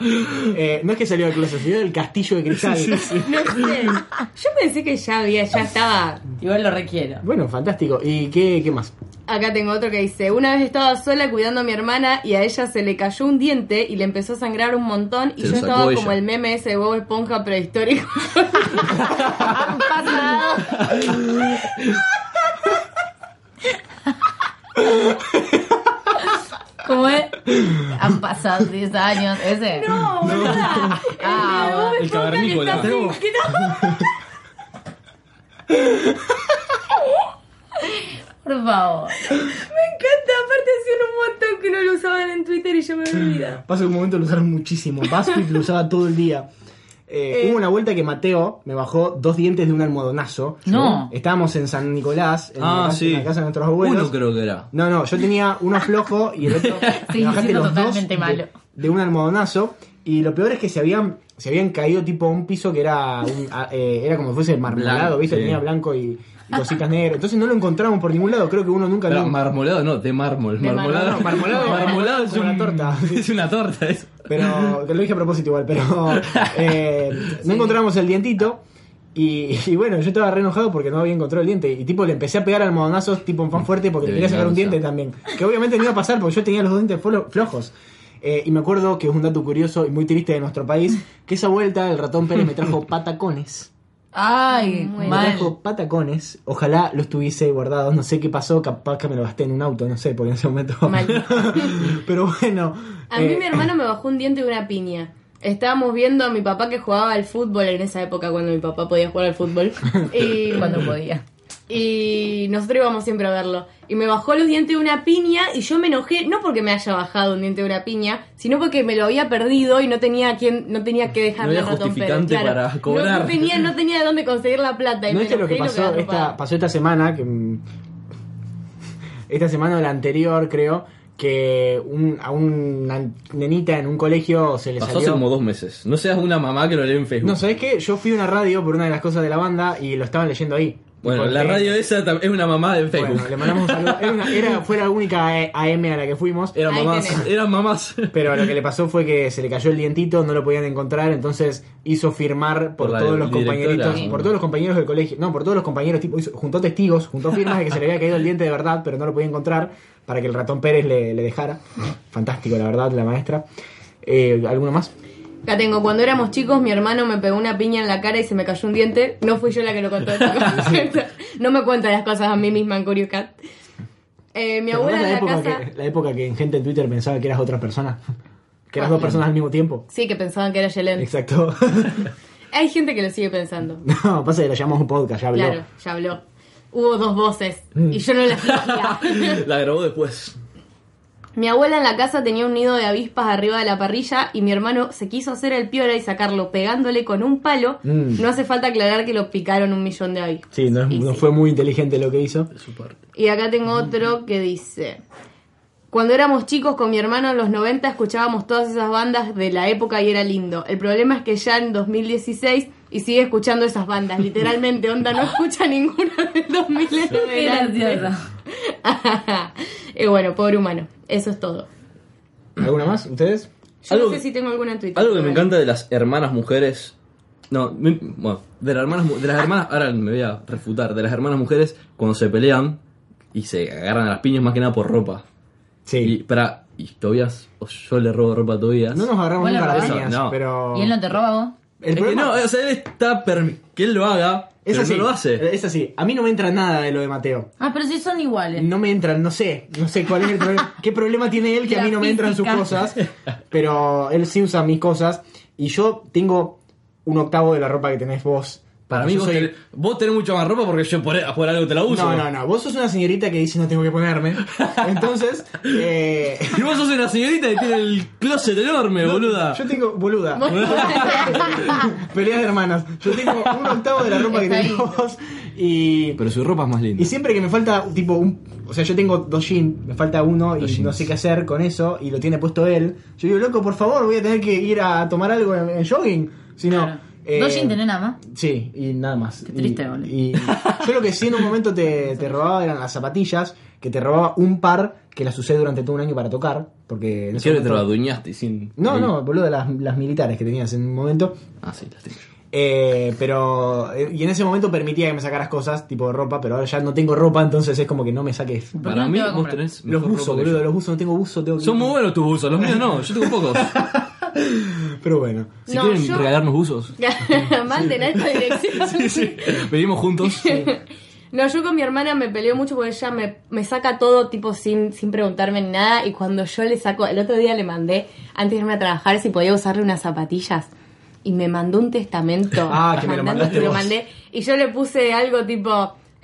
S2: Eh, no es que salió del closet, salió del castillo de cristal.
S1: No sé. Yo pensé que ya había, ya estaba.
S3: Igual lo requiero.
S2: Bueno, fantástico. ¿Y qué, qué más?
S1: Acá tengo otro que dice, una vez estaba sola cuidando a mi hermana y a ella se le cayó un diente y le empezó a sangrar un montón y
S4: Se
S1: yo
S4: lo sacó
S1: estaba
S4: ella.
S1: como el meme ese de Bob Esponja prehistórico. Han pasado.
S3: ¿Cómo es? Han pasado 10 años. ¿Ese?
S1: No, boluda.
S3: Ah, bueno.
S4: El cavernícola.
S1: Que está así, que no.
S3: Por favor.
S1: Me encanta, aparte hacían un montón que no lo usaban en Twitter y yo me olvidaba.
S2: Pasa que un momento lo usaron muchísimo. BuzzFeed lo usaba todo el día. Eh, Hubo una vuelta que Mateo me bajó dos dientes de un almohadonazo.
S3: No.
S2: Estábamos en San Nicolás, en, la,
S4: Ah,
S2: casa-
S4: sí.
S2: en la casa de nuestros abuelos.
S4: Uno creo que era.
S2: No, no, yo tenía uno flojo y el otro.
S3: Sí,
S2: me bajaste
S3: siendo
S2: los dos
S3: totalmente
S2: de-
S3: malo.
S2: De, un almohadonazo. Y lo peor es que se habían, se habían caído tipo a un piso que era un- a- eh, era como si fuese marmolado,
S4: Blanco,
S2: ¿viste?
S4: sí.
S2: Tenía blanco y, y cositas negras. Entonces no lo encontramos por ningún lado. Creo que uno nunca
S4: Pero
S2: lo.
S4: marmolado no, de mármol. Marmolado,
S2: mármol, no, marmolado-
S4: marmolado es
S2: como la
S4: un-
S2: torta.
S4: Es una torta eso.
S2: Pero que lo dije a propósito igual, pero eh, no encontramos el dientito. Y, y bueno, yo estaba re enojado porque no había encontrado el diente. Y tipo, le empecé a pegar almohadazos tipo en fan fuerte porque le
S4: De
S2: quería sacar un
S4: venganza.
S2: diente también. Que obviamente no iba a pasar porque yo tenía los dientes flo- flojos. Eh, y me acuerdo que es un dato curioso y muy triste de nuestro país, que esa vuelta el ratón Pérez me trajo patacones.
S3: Ay,
S1: Muy
S2: Me
S3: mal.
S2: trajo patacones. Ojalá los tuviese guardados. No sé qué pasó, capaz que me lo gasté en un auto, no sé, porque en ese momento...
S1: Mal.
S2: Pero bueno.
S1: A mí
S2: eh,
S1: mi hermano me bajó un diente de una piña. Estábamos viendo a mi papá que jugaba al fútbol en esa época cuando mi papá podía jugar al fútbol. Y
S3: Cuando podía.
S1: Y nosotros íbamos siempre a verlo. Y me bajó los dientes de una piña y yo me enojé, no porque me haya bajado un diente de una piña, sino porque me lo había perdido y no tenía quien, no tenía que dejarle
S4: había
S1: al ratón Pérez,
S4: justificante
S1: claro.
S4: para
S1: No- No,
S4: cobrar.
S1: tenía, no tenía de dónde conseguir la plata. Y
S2: ¿No
S1: me
S2: viste lo que
S1: enojé y
S2: pasó
S1: quedé
S2: esta,
S1: atrapada.
S2: pasó esta semana? Que, mm, esta semana o la anterior, creo, que un- a una nenita en un colegio se le
S4: Pasó hace
S2: salió...
S4: como dos meses. No seas una mamá que lo lee en Facebook.
S2: No, ¿sabes qué? Yo fui a una radio por una de las cosas de la banda y lo estaban leyendo ahí.
S4: Bueno,
S2: Porque-
S4: la radio esa tam- es una mamá de Facebook.
S2: Bueno, le mandamos un saludo. Era, una- era- fue la única eh, AM a la que fuimos.
S4: Eran
S1: Ahí
S4: mamás,
S1: tenés.
S4: eran mamás.
S2: Pero lo que le pasó fue que se le cayó el dientito, no lo podían encontrar, entonces hizo firmar por,
S4: Por la
S2: todos los
S4: directora.
S2: compañeritos,
S4: Sí.
S2: por todos los compañeros del colegio, no, por todos los compañeros, tipo, hizo- juntó testigos, juntó firmas de que se le había caído el diente de verdad, pero no lo podía encontrar para que el ratón Pérez le, le dejara. Fantástico, la verdad, la maestra. Eh, ¿Alguno más?
S1: Acá tengo, cuando éramos chicos, mi hermano me pegó una piña en la cara y se me cayó un diente. No fui yo la que lo contó. no me cuenta las cosas a mí misma en Curio Cat. Eh, mi
S2: ¿Te
S1: abuela
S2: acordás
S1: en la
S2: época
S1: casa.
S2: que, la época que en gente en Twitter pensaba que eras otra persona? Que eras dos personas al mismo tiempo.
S1: Ah, Sí, que pensaban que era Yelén.
S2: Exacto.
S1: Hay gente que lo sigue pensando.
S2: No, pasa que la llamamos un podcast, ya habló. Mm.
S1: Claro, ya habló. Hubo dos voces y yo no las elegía.
S4: La grabó después.
S1: mi abuela en la casa tenía un nido de avispas arriba de la parrilla y mi hermano se quiso hacer el piola y sacarlo pegándole con un palo.
S2: Mm.
S1: No hace falta aclarar que lo picaron un millón de avispas.
S2: Sí, no, es-
S1: Y
S2: no
S1: sí.
S2: fue muy inteligente lo que hizo.
S4: De su parte.
S1: Y acá tengo otro que dice... Cuando éramos chicos con mi hermano en los 90 escuchábamos todas esas bandas de la época y era lindo. El problema es que ya en 2016 y sigue escuchando esas bandas. Literalmente, onda, no escucha ninguna del 2000. en
S3: Qué
S1: adelante.
S3: gracioso.
S1: y bueno, pobre humano. Eso es todo.
S2: ¿Alguno más? ¿Ustedes?
S1: Yo
S4: Algo
S1: no sé
S4: que-
S1: si tengo alguna en Twitter.
S4: Algo que me
S1: pero
S4: encanta de las hermanas mujeres. No, mi- bueno, de las hermanas, mu- de las hermanas, ahora me voy a refutar, de las hermanas mujeres cuando se pelean y se agarran a las piñas más que nada por ropa. Y
S2: Sí.
S4: para y Tobias, o yo le robo ropa a Tobias.
S2: No nos agarramos
S3: Bueno,
S2: nunca las
S3: eso,
S2: piñas,
S4: no.
S2: pero...
S3: ¿Y él no te roba vos?
S2: El
S4: Es que
S2: problema
S4: no, o sea, él está perm- que él lo haga,
S2: es
S4: pero
S2: así. Eh,
S4: no lo hace.
S2: Es así. A mí no me entra nada de lo de Mateo.
S3: Ah, pero si son iguales.
S2: No me entran, no sé. No sé cuál es el problema. ¿Qué problema tiene él que a mí
S3: La
S2: no me entran sus
S3: física.
S2: cosas? Pero él sí usa mis cosas. Y yo tengo un octavo de la ropa que tenés vos.
S4: Para mí
S2: Yo
S4: vos,
S2: soy-
S4: tenés, vos tenés mucha más ropa porque yo por, por algo te la uso.
S2: No, no, no. Vos sos una señorita que dice no tengo que ponerme. Entonces, eh,
S4: Y vos sos una señorita que tiene el closet enorme, boluda.
S2: yo tengo boluda. Peleas de hermanas. Yo tengo un octavo de la ropa que
S3: Está
S2: tenés
S3: ahí.
S2: vos. Y,
S4: Pero su ropa es más linda.
S2: y siempre que me falta, tipo, un. O sea, yo tengo dos jeans, me falta uno y
S4: Dos
S2: no
S4: jeans.
S2: sé qué hacer con eso. Y lo tiene puesto él. Yo digo, loco, por favor, voy a tener que ir a tomar algo en, en jogging. Si no.
S3: Claro.
S2: eh,
S3: Dos jeans tenés nada más.
S2: Sí, y nada más.
S3: Qué triste,
S2: Y-
S3: boludo.
S2: y yo lo que sí en un momento te, te robaba eran las zapatillas, que te robaba un par que las usé durante todo un año para tocar, porque... en ese
S4: Creo que te lo
S2: momento-
S4: adueñaste sin.
S2: No, no, boludo, las, las militares que tenías en un momento.
S4: Ah, sí, las tengo yo.
S2: Eh, pero... eh, Y en ese momento permitía que me sacaras cosas, tipo de ropa, pero ahora ya no tengo ropa, entonces es como que no me saques.
S3: ¿Por qué
S4: Para
S3: no te
S4: mí,
S3: va a
S4: vos
S3: comprar?
S4: tenés.
S2: Los
S4: mejor
S2: buzos,
S4: ropa que
S2: boludo,
S4: yo.
S2: los buzos, no tengo buzo, tengo que-
S4: Son muy buenos tus buzos, los míos no, yo tengo pocos.
S2: Pero bueno.
S4: Si
S1: No,
S4: quieren
S1: yo-
S4: regalarnos buzos,
S1: Manden a esta dirección.
S4: pedimos juntos.
S1: No, yo con mi hermana me peleo mucho porque ella me, me saca todo tipo sin, sin preguntarme ni nada y cuando yo le saco, el otro día le mandé, antes de irme a trabajar, si podía usarle unas zapatillas y me mandó un testamento.
S2: Ah, que me lo
S1: Mandando-
S2: mandaste
S1: lo
S2: vos.
S1: mandé y yo le puse algo tipo,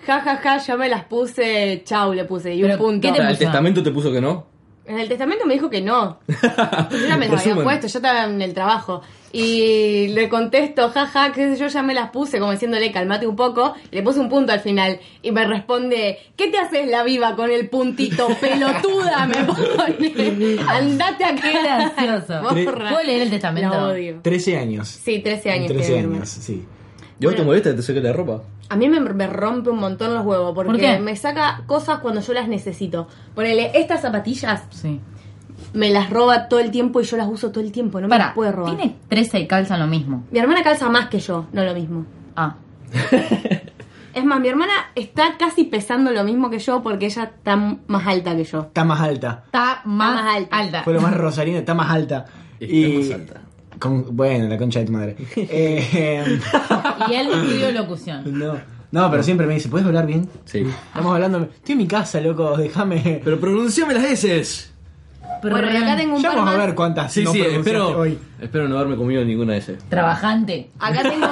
S1: ja, ja, ja, yo me las puse, chau, le puse y un
S3: Pero,
S1: punto.
S3: ¿qué te-
S4: el testamento te puso que no.
S1: En el testamento me dijo que no. Yo ya me las había
S4: Resumen.
S1: puesto, yo estaba en el trabajo. Y le contesto, jaja, qué sé yo, ya me las puse, como diciéndole, calmate un poco. Y le puse un punto al final. Y me responde, ¿qué te haces la viva con el puntito pelotuda? Me pone, andate a
S3: Qué gracioso. ¿Puedo leer el testamento?
S1: La odio.
S2: 13 años.
S1: Sí, 13 años.
S2: 13
S1: tiene mi
S2: años, sí.
S4: ¿Y vos
S1: Bueno.
S4: te molesta que te saque la ropa?
S1: A mí me, me rompe un montón los huevos porque
S3: ¿Por qué?
S1: me saca cosas cuando yo las necesito. Ponele, estas zapatillas
S3: Sí.
S1: me las roba todo el tiempo y yo las uso todo el tiempo, no me
S3: Para,
S1: las puede robar.
S3: tiene 13 y calzan lo mismo.
S1: Mi hermana calza más que yo, no lo mismo.
S3: Ah,
S1: Es más, mi hermana está casi pesando lo mismo que yo porque ella está m- más alta que yo.
S2: Está más alta.
S3: está más,
S1: más alta.
S3: alta.
S2: Fue lo más rosarina, está más alta.
S4: Está más alta.
S2: con- bueno, la concha de tu madre. Eh,
S3: Y él estudió locución.
S2: no, no, pero siempre me dice, ¿puedes hablar bien?
S4: Sí.
S2: Estamos hablando. Estoy en mi casa, loco, déjame.
S4: Pero pronunciame las S.
S1: Bueno, y acá tengo un
S2: Ya
S1: par
S2: vamos a
S1: más.
S2: ver cuántas.
S4: Sí,
S2: no
S4: sí,
S2: pronunciaste
S4: espero,
S2: Hoy.
S4: espero no haberme comido ninguna S.
S3: Trabajante.
S1: Acá tengo.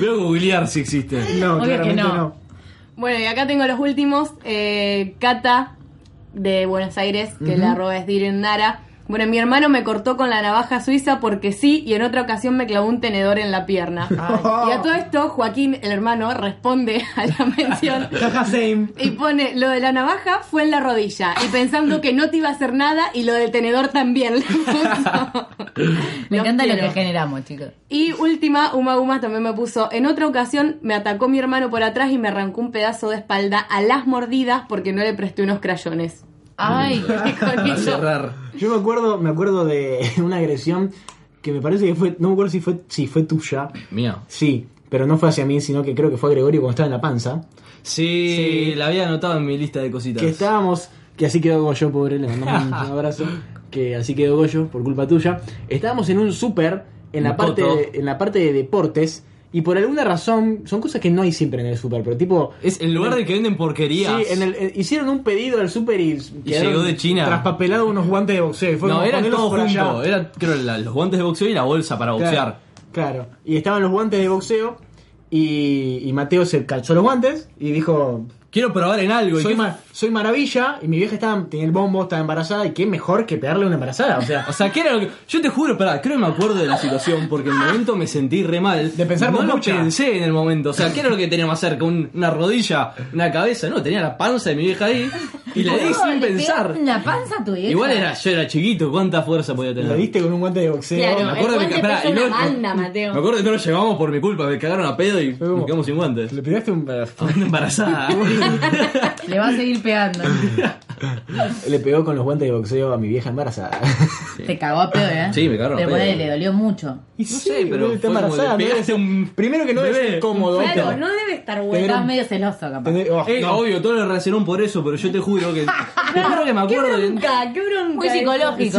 S4: Veo googlear si existe.
S2: No,
S3: Obvio que
S2: claramente
S3: no.
S2: no.
S1: bueno, y acá tengo los últimos. Eh, Cata de Buenos Aires, que la roba es Diren Nara. Bueno, mi hermano me cortó con la navaja suiza porque sí, y en otra ocasión me clavó un tenedor en la pierna.
S2: Ah.
S1: Y a todo esto, Joaquín, el hermano, responde a la mención
S2: Jaja, same.
S1: Y pone, lo de la navaja fue en la rodilla. Y pensando que no te iba a hacer nada, y lo del tenedor también. le puso.
S3: Me
S1: Los
S3: encanta lo
S1: quiero.
S3: que generamos, chicos.
S1: Y última, Uma Uma también me puso, en otra ocasión me atacó mi hermano por atrás y me arrancó un pedazo de espalda a las mordidas porque no le presté unos crayones.
S3: Ay,
S1: Con
S4: Para
S1: eso.
S4: cerrar.
S2: Yo me acuerdo, me acuerdo de una agresión que me parece que fue. No me acuerdo si fue, si fue tuya.
S4: Mía.
S2: Sí, pero no fue hacia mí, sino que creo que fue a Gregorio cuando estaba en la panza.
S4: Sí,
S2: Sí.
S4: la había anotado en mi lista de cositas.
S2: Que estábamos, que así quedó Goyo, pobre, le mandamos un abrazo, que así quedó Goyo, por culpa tuya. Estábamos en un súper, en, la
S4: Un
S2: parte
S4: coto.
S2: de- en la parte de deportes, y por alguna razón, son cosas que no hay siempre en el súper, pero tipo...
S4: Es el lugar de que venden
S2: Sí,
S4: porquerías.
S2: en el- eh, hicieron un pedido al súper y, quedaron
S4: llegó de China.
S2: Traspapelado unos guantes de boxeo. Y fue
S4: no,
S2: como,
S4: eran
S2: "Ponelos
S4: todos
S2: por allá".
S4: juntos. Eran, creo, la- los guantes de boxeo y la bolsa para boxear.
S2: Claro, claro. Y estaban los guantes de boxeo y, y Mateo se calzó los guantes y dijo,
S4: Quiero probar en algo. ¿y
S2: soy,
S4: qué-
S2: ma- soy maravilla y mi vieja estaba, tenía el bombo, estaba embarazada y qué mejor que pegarle a una embarazada. O sea,
S4: O sea, ¿qué era lo que.? Yo te juro, pará, creo que me acuerdo de la situación porque en el momento me sentí re mal.
S2: De pensar
S4: No
S2: con
S4: lo
S2: mucha.
S4: pensé en el momento. O sea, ¿qué era lo que tenía más cerca? Un- ¿Una rodilla? ¿Una cabeza? No, tenía la panza de mi vieja ahí y le di
S3: No,
S4: sin
S3: le
S4: pensar.
S3: pegaste en La panza a tu vieja.
S4: Igual era, yo era chiquito, ¿cuánta fuerza podía tener?
S2: le diste con un guante de boxeo.
S1: Claro.
S4: Me
S1: El
S4: acuerdo
S1: guante
S4: que, pará,
S1: pesó
S4: y no-
S1: una banda, Mateo.
S4: Me acuerdo que no lo llevamos por mi culpa, me cagaron a pedo y
S2: como-
S4: nos quedamos sin guantes.
S2: Le pegaste un...
S4: Fue una embarazada.
S3: Le va a seguir pegando.
S2: Le pegó con los guantes de boxeo a mi vieja embarazada.
S3: Te cagó a pedo, ¿eh?
S4: Sí, me cagó a
S3: Pero
S4: pedo.
S3: ponele, le dolió mucho.
S2: Y
S4: sí, pero
S2: está
S4: fue como
S2: embarazada.
S4: le
S2: no debe
S4: pegaste
S2: ser-
S4: a un
S2: Primero que no debe
S4: bebé,
S2: ser cómodo.
S1: Claro,
S2: pero-
S1: no debe estar
S2: Pero-
S1: bueno.
S3: Estás medio celoso, capaz.
S2: Tener- oh,
S4: Eh,
S2: no.
S4: Obvio, todos lo relacionaron por eso, pero yo te juro que. Te juro que me
S1: Qué
S4: acuerdo. de-
S1: bronca, qué bronca.
S3: Muy psicológico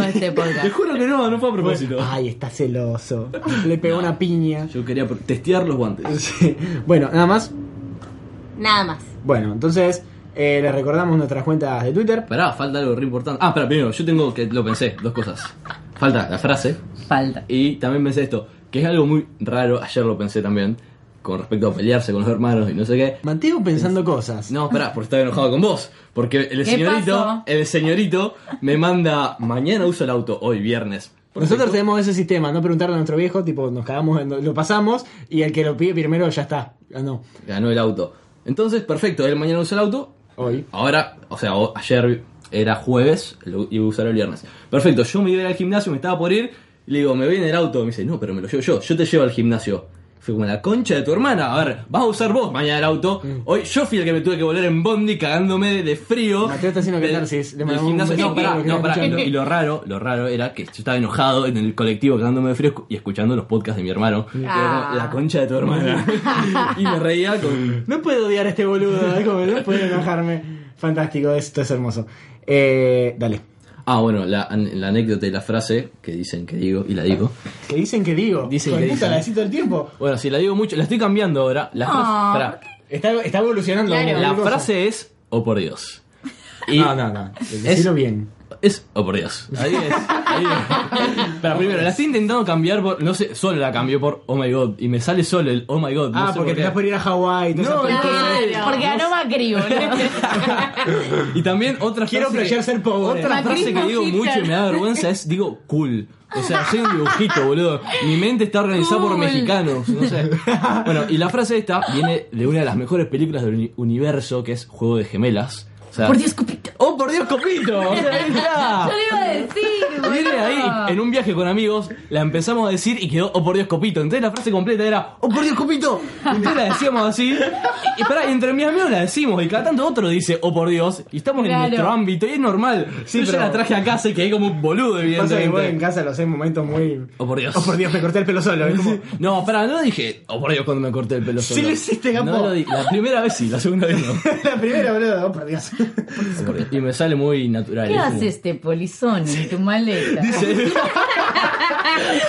S3: este
S4: Te
S3: podcast.
S4: juro que no, no fue a propósito.
S2: Ay, está celoso. Le pegó una piña.
S4: Yo quería pro- testear los guantes.
S2: Sí. Bueno, nada más.
S1: Nada más.
S2: Bueno, entonces eh, les recordamos nuestras cuentas de Twitter.
S4: Pará, falta algo re importante. Ah, espera, primero, yo tengo que. Lo pensé, dos cosas. Falta la frase.
S3: Falta.
S4: Y también pensé esto, que es algo muy raro, ayer lo pensé también, con respecto a pelearse con los hermanos y no sé qué.
S2: Mateo pensando cosas.
S4: No, pará, porque estaba enojado con vos. Porque el
S3: ¿Qué
S4: señorito,
S3: pasó?
S4: el señorito me manda, mañana uso el auto, hoy viernes.
S2: Nosotros tenemos ese sistema, no preguntarle a nuestro viejo, tipo, nos cagamos, en- lo pasamos y el que lo pide primero ya está. Ah, no.
S4: Ganó el auto. Entonces, perfecto, él mañana usa el auto.
S2: Hoy.
S4: Ahora, o sea, o- ayer era jueves, lo iba a usar el viernes. Perfecto, yo me iba a ir al gimnasio, me estaba por ir, y le digo, me voy en el auto. Me dice, no, pero me lo llevo yo, yo te llevo al gimnasio. Fui como la concha de tu hermana, a ver, vas a usar vos mañana el auto.
S2: Mm.
S4: Hoy yo fui el que me tuve que volver en Bondi cagándome de, de frío.
S2: Mateo está haciendo
S4: Del-
S2: catarsis, le
S4: del
S2: mandamos un
S4: gimnasio.
S2: beso
S4: No, pará,
S2: que
S4: no,
S2: nos
S4: pará. Y
S2: escuchando.
S4: lo, y lo raro, lo raro era que yo estaba enojado en el colectivo cagándome de frío y escuchando los podcasts de mi hermano. Y era como, La concha de tu hermana. y me reía con.
S2: No puedo odiar a este boludo, es como, no puedo enojarme. Fantástico, esto es hermoso. Eh, dale.
S4: Ah, bueno, la, la anécdota y la frase que dicen que digo y la digo.
S2: Que dicen que digo.
S4: Dicen
S2: Hijo de
S4: que
S2: puta,
S4: dicen.
S2: la decís todo el tiempo.
S4: Bueno, si la digo mucho, la estoy cambiando ahora. La frase,
S3: Ah,
S4: pará.
S2: Está, está evolucionando.
S1: Claro.
S2: como
S4: la
S2: cualquier cosa.
S4: frase es o por Dios. Y
S2: No, no, no. Decilo bien.
S4: Es o por Dios. Ahí es. Ahí es. Pero primero, la estoy intentando cambiar por. No sé, solo la cambié por oh my god. Y me sale solo el oh my god. No
S2: ah,
S4: sé
S2: porque
S4: por
S2: te
S4: qué.
S2: vas por ir a Hawái. toda esa
S4: No,
S2: película.
S1: Claro.
S3: Porque ganó Macri, boludo.
S4: Y también otra
S2: Quiero
S4: frase. que-
S2: flashear ser pobre.
S4: Otra frase que
S3: Macrismo
S4: digo mucho y me da vergüenza es digo cool. O sea, soy un dibujito, boludo. Mi mente está organizada por
S3: Cool.
S4: mexicanos, no sé. Bueno, y la frase esta viene de una de las mejores películas del uni- universo, que es Juego de Gemelas. O sea,
S3: Por Dios, Cupito.
S4: ¡Oh, por Dios, copito! O sea, ahí está.
S3: Yo le iba a decir, boludo.
S4: Ah. Viene
S3: Ah.
S4: ahí, en un viaje con amigos, la empezamos a decir y quedó, oh por Dios, copito. Entonces la frase completa era, oh por Dios, copito. Entonces la decíamos así. Y pará, y entre mis amigos la decimos. Y cada tanto otro dice, oh por Dios. Y estamos en
S3: Claro.
S4: nuestro ámbito y es normal. Si yo
S2: pero-
S4: la traje a casa y quedé como un boludo,
S2: Pasa que vos en
S4: evidentemente.
S2: casa lo haces momentos muy.
S4: Oh por Dios.
S2: Oh, por Dios, me corté el pelo solo. Es como,
S4: No, pará, no dije, oh por Dios, cuando me corté el pelo
S2: Sí
S4: solo.
S2: lo hiciste, capo.
S4: No lo di- La primera vez sí, la segunda vez no. Oh,
S2: la primera, boludo. Oh, por Dios.
S4: por Dios. Y me sale muy natural.
S3: ¿Qué
S4: es como-
S3: hace este polizón en tu maleta?
S4: Dice-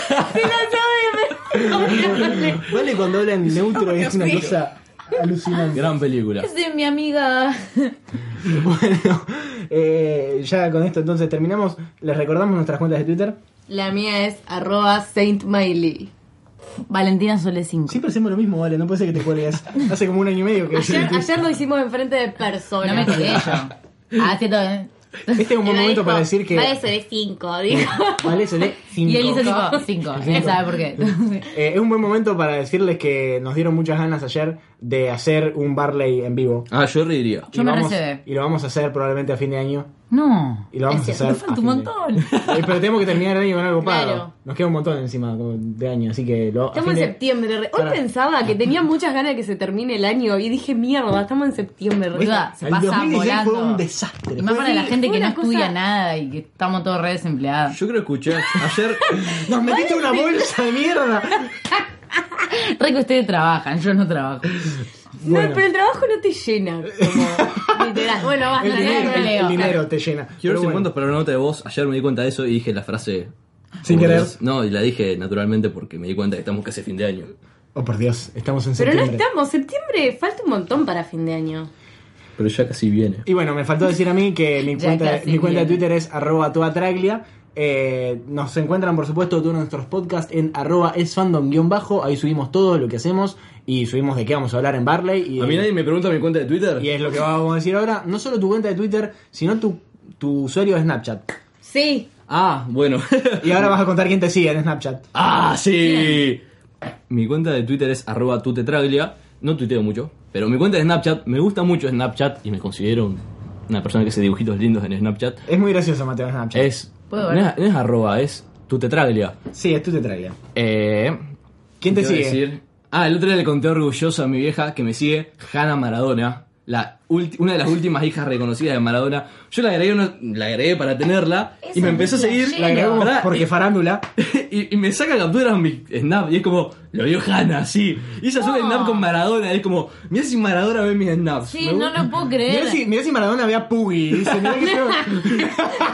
S3: Se la sabe de
S2: Vale, cuando hablan neutro es una cosa alucinante.
S4: Gran película.
S3: Es de mi amiga.
S2: Bueno, eh, ya con esto entonces terminamos. Les recordamos nuestras cuentas de Twitter.
S1: La mía es arroba Saint Miley.
S3: Valentina Sole 5.
S2: Siempre hacemos lo mismo, vale. No puede ser que te cuelgues. Hace como un año y medio que.
S1: Ayer, ayer lo hicimos enfrente de personas. Eh,
S3: No me quedé yo. Hace todo, ¿eh?
S2: Este es un buen momento para decir que.
S1: Vale, seré 5, dijo.
S2: Vale, se lee cinco.
S3: Y él hizo tipo 5. Él sabe por qué.
S2: Eh, es un buen momento para decirles que nos dieron muchas ganas ayer de hacer un Barley en vivo.
S4: Ah, yo reiría.
S3: Yo
S2: y
S3: me
S2: vamos,
S3: recebé.
S2: Y lo vamos a hacer probablemente a fin de año.
S3: No.
S2: Y lo vamos
S1: Es
S2: a
S3: Me
S2: hacer. a
S3: falta un
S2: fin de-
S3: montón.
S2: Eh, pero tenemos que terminar el año con algo pago.
S1: Claro.
S2: Nos queda un montón encima de año, así que lo. a
S1: Estamos en
S2: fin de-
S1: septiembre. re- Hoy
S2: Pará. Ah.
S1: pensaba que tenía muchas ganas de que se termine el año y dije, mierda, estamos en septiembre. re-
S3: Boluda, se
S2: El
S3: pasa
S2: 2016
S3: volando.
S2: fue un desastre.
S3: Y más para
S1: Sí,
S3: la gente
S1: fue
S3: que no
S1: una cosa-
S3: estudia nada y que estamos todos re desempleados.
S4: Yo creo que escuché ayer.
S2: Nos metiste una bolsa de mierda.
S3: Re que ustedes trabajan, yo no trabajo.
S1: No,
S2: Bueno.
S1: pero el trabajo no te llena. Como, literal. Bueno, basta.
S2: El
S3: Ganar
S2: dinero,
S3: empleo.
S2: el dinero te llena.
S4: Quiero
S2: Pero
S4: decir
S2: bueno,
S4: cuántos para una nota de voz. Ayer me di cuenta de eso y dije la frase.
S2: Sin
S4: "Oh, por
S2: querer.
S4: Dios". No, y la dije naturalmente porque me di cuenta que estamos casi a fin de año.
S2: Oh, por Dios, estamos en
S1: Pero no
S2: septiembre.
S1: estamos. Septiembre falta un montón para fin de año.
S4: Pero ya casi viene.
S2: Y bueno, me faltó decir a mí que mi
S3: Ya
S2: cuenta,
S3: casi
S2: mi cuenta de
S3: viene.
S2: Twitter es arroba toatraglia. Eh, nos encuentran, por supuesto, todos nuestros podcasts en arroba esfandom-bajo. Ahí subimos todo lo que hacemos y subimos de qué vamos a hablar en Barley. Y,
S4: A mí nadie me pregunta mi cuenta de Twitter.
S2: y es lo que vamos a decir ahora. No solo tu cuenta de Twitter, sino tu, tu usuario de Snapchat.
S1: Sí.
S4: Ah, bueno.
S2: Y ahora vas a contar quién te sigue en Snapchat.
S4: ah, sí. Mi cuenta de Twitter es arroba tutetraglia. No tuiteo mucho, pero mi cuenta de Snapchat, me gusta mucho Snapchat y me considero un- una persona que hace dibujitos lindos en Snapchat.
S2: Es muy gracioso, Mateo, Snapchat.
S4: Es.
S3: ¿Puedo
S4: No
S3: ver?
S4: es, no es arroba, es tutetraglia.
S2: Sí, es Tutetraglia.
S4: Eh.
S2: ¿Quién te
S4: Quiero
S2: sigue?
S4: decir- Ah, el otro día le conté orgulloso a mi vieja que me sigue Hannah Maradona. la ulti- una de las últimas hijas reconocidas de Maradona. Yo la agregué, una- la agregué para tenerla y me empezó a seguir.
S2: La grabamos
S4: Pará,
S2: porque farándula.
S4: y, y me saca capturas en mi snap y es como, lo vio Hanna, sí. Y ella sube
S3: No.
S4: snap con Maradona, es como, mira si Maradona ve mis snaps.
S3: Sí,
S4: Me
S3: no
S4: gusta-
S3: lo puedo creer.
S2: Mirá si, mirá si Maradona ve a Puggy. Dice, mirá que feo.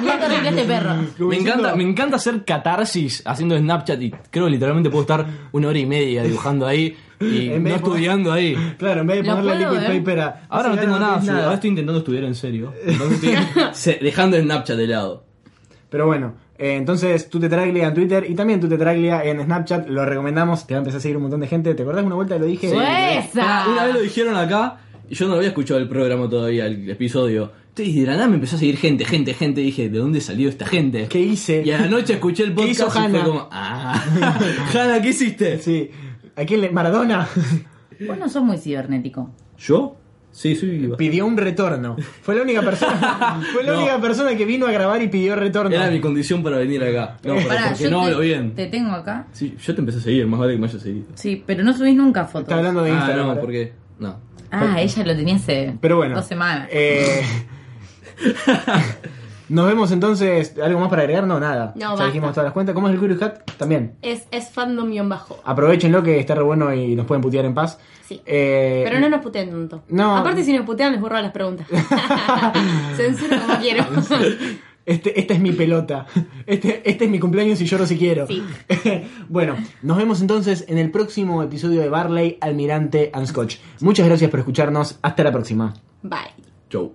S3: Mirá qué horrible este perro.
S2: Como diciendo,
S4: Me encanta, me encanta hacer catarsis haciendo Snapchat y creo que literalmente puedo estar una hora y media dibujando ahí y
S2: En vez
S4: no
S2: de poner-
S4: estudiando ahí.
S2: Claro, en vez de
S3: ¿Lo
S2: ponerle
S3: puedo
S2: liquid
S3: ver?
S2: paper a-
S4: Ahora
S2: Sí,
S4: no tengo nada,
S2: tenés
S4: ahora estoy intentando estudiar en serio. Entonces estoy se- dejando el Snapchat de lado.
S2: Pero bueno, eh, entonces tú te traglia en Twitter y también tú te traglia en Snapchat. Lo recomendamos, te va a empezar a seguir un montón de gente. ¿Te acordás una vuelta que lo dije?
S3: Sí.
S4: Ah,
S3: ¡Esa!
S4: Una vez lo dijeron acá y yo no había escuchado el programa todavía, el episodio. Entonces de la nada me empezó a seguir gente, gente, gente. Y dije, ¿de dónde salió esta gente?
S2: ¿Qué hice?
S4: Y a la noche escuché el
S2: ¿Qué
S4: podcast
S2: hizo
S4: y fue
S2: Hannah?
S4: como, ah, Hanna, ¿qué hiciste?
S2: Sí. ¿A quién le- Maradona
S3: Vos no sos muy cibernético.
S4: ¿Yo? Sí, soy
S2: pidió un retorno. Fue la única persona, fue la
S4: No.
S2: única persona que vino a grabar y pidió retorno.
S4: Era mi condición para venir acá. No, pero
S3: Pará,
S4: porque
S3: yo
S4: no
S3: te-
S4: hablo bien.
S3: Te tengo acá.
S4: Sí, yo te empecé a seguir, más vale que me hayas seguido.
S3: Sí, pero no subís nunca fotos.
S2: Está hablando de
S4: Ah,
S2: Instagram.
S4: no,
S2: ¿verdad?
S4: porque. No.
S3: Ah, ella lo tenía hace
S2: Pero bueno.
S3: dos semanas.
S2: eh, nos vemos entonces. ¿Algo más para agregar? No, nada.
S1: No,
S2: Ya
S1: basta.
S2: dijimos todas las cuentas. ¿Cómo es el Curious Cat? También.
S1: Es, es fandom-bajo.
S2: Aprovechenlo que está re bueno y nos pueden putear en paz.
S1: Sí.
S2: Eh,
S1: Pero no nos puteen tanto.
S2: No.
S1: Aparte, si nos putean, les borro las preguntas. Censuro como quiero.
S2: Este, esta es mi pelota. Este, este es mi cumpleaños y lloro si quiero.
S1: Sí.
S2: bueno, nos vemos entonces en el próximo episodio de Barley, Almirante and Scotch. Muchas gracias por escucharnos. Hasta la próxima.
S1: Bye.
S4: Chau.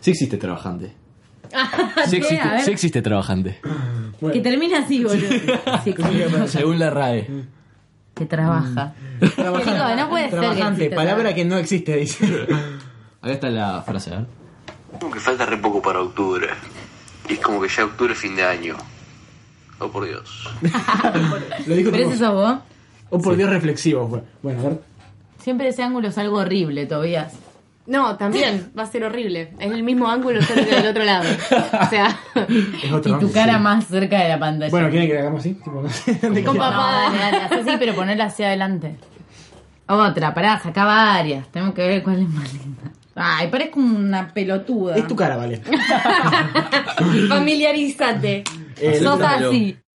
S4: Sí existe trabajante. Sí
S3: Sí, Ah, a
S4: existe,
S3: ver.
S4: sí existe trabajante.
S3: Que termina así, boludo. Sí, que,
S4: Según la RAE.
S3: que trabaja.
S2: Mm. Trabajante,
S3: no puede ser que
S2: Trabajante,
S3: exista,
S2: palabra
S3: ¿sabes?
S2: que no existe, dice.
S4: Acá está la frase, a ver.
S5: Como que falta re poco para octubre. Y es como que ya octubre es fin de año. Oh, por Dios.
S2: Lo dijo
S3: Pero
S2: como,
S3: ese sos vos.
S2: Oh, por Dios, reflexivo. fue. Bueno, a ver.
S3: Siempre ese ángulo es algo horrible, Tobías.
S1: No, también va a ser horrible. Es el mismo ángulo, solo que del otro lado. O sea,
S2: Es otro,
S3: y tu
S2: ¿no?
S3: cara más cerca de la pantalla.
S2: Bueno, ¿quieren que le hagamos así? Tipo, no sé.
S1: con
S3: No,
S1: papá.
S3: dale, dale, haz así, pero ponerla hacia adelante. Otra, pará, saca varias. Tenemos que ver cuál es más linda. Ay, parezco una pelotuda.
S2: Es tu cara, vale.
S1: Familiarizate.
S2: Eh,
S1: Sos
S4: Acéptalo.
S1: así.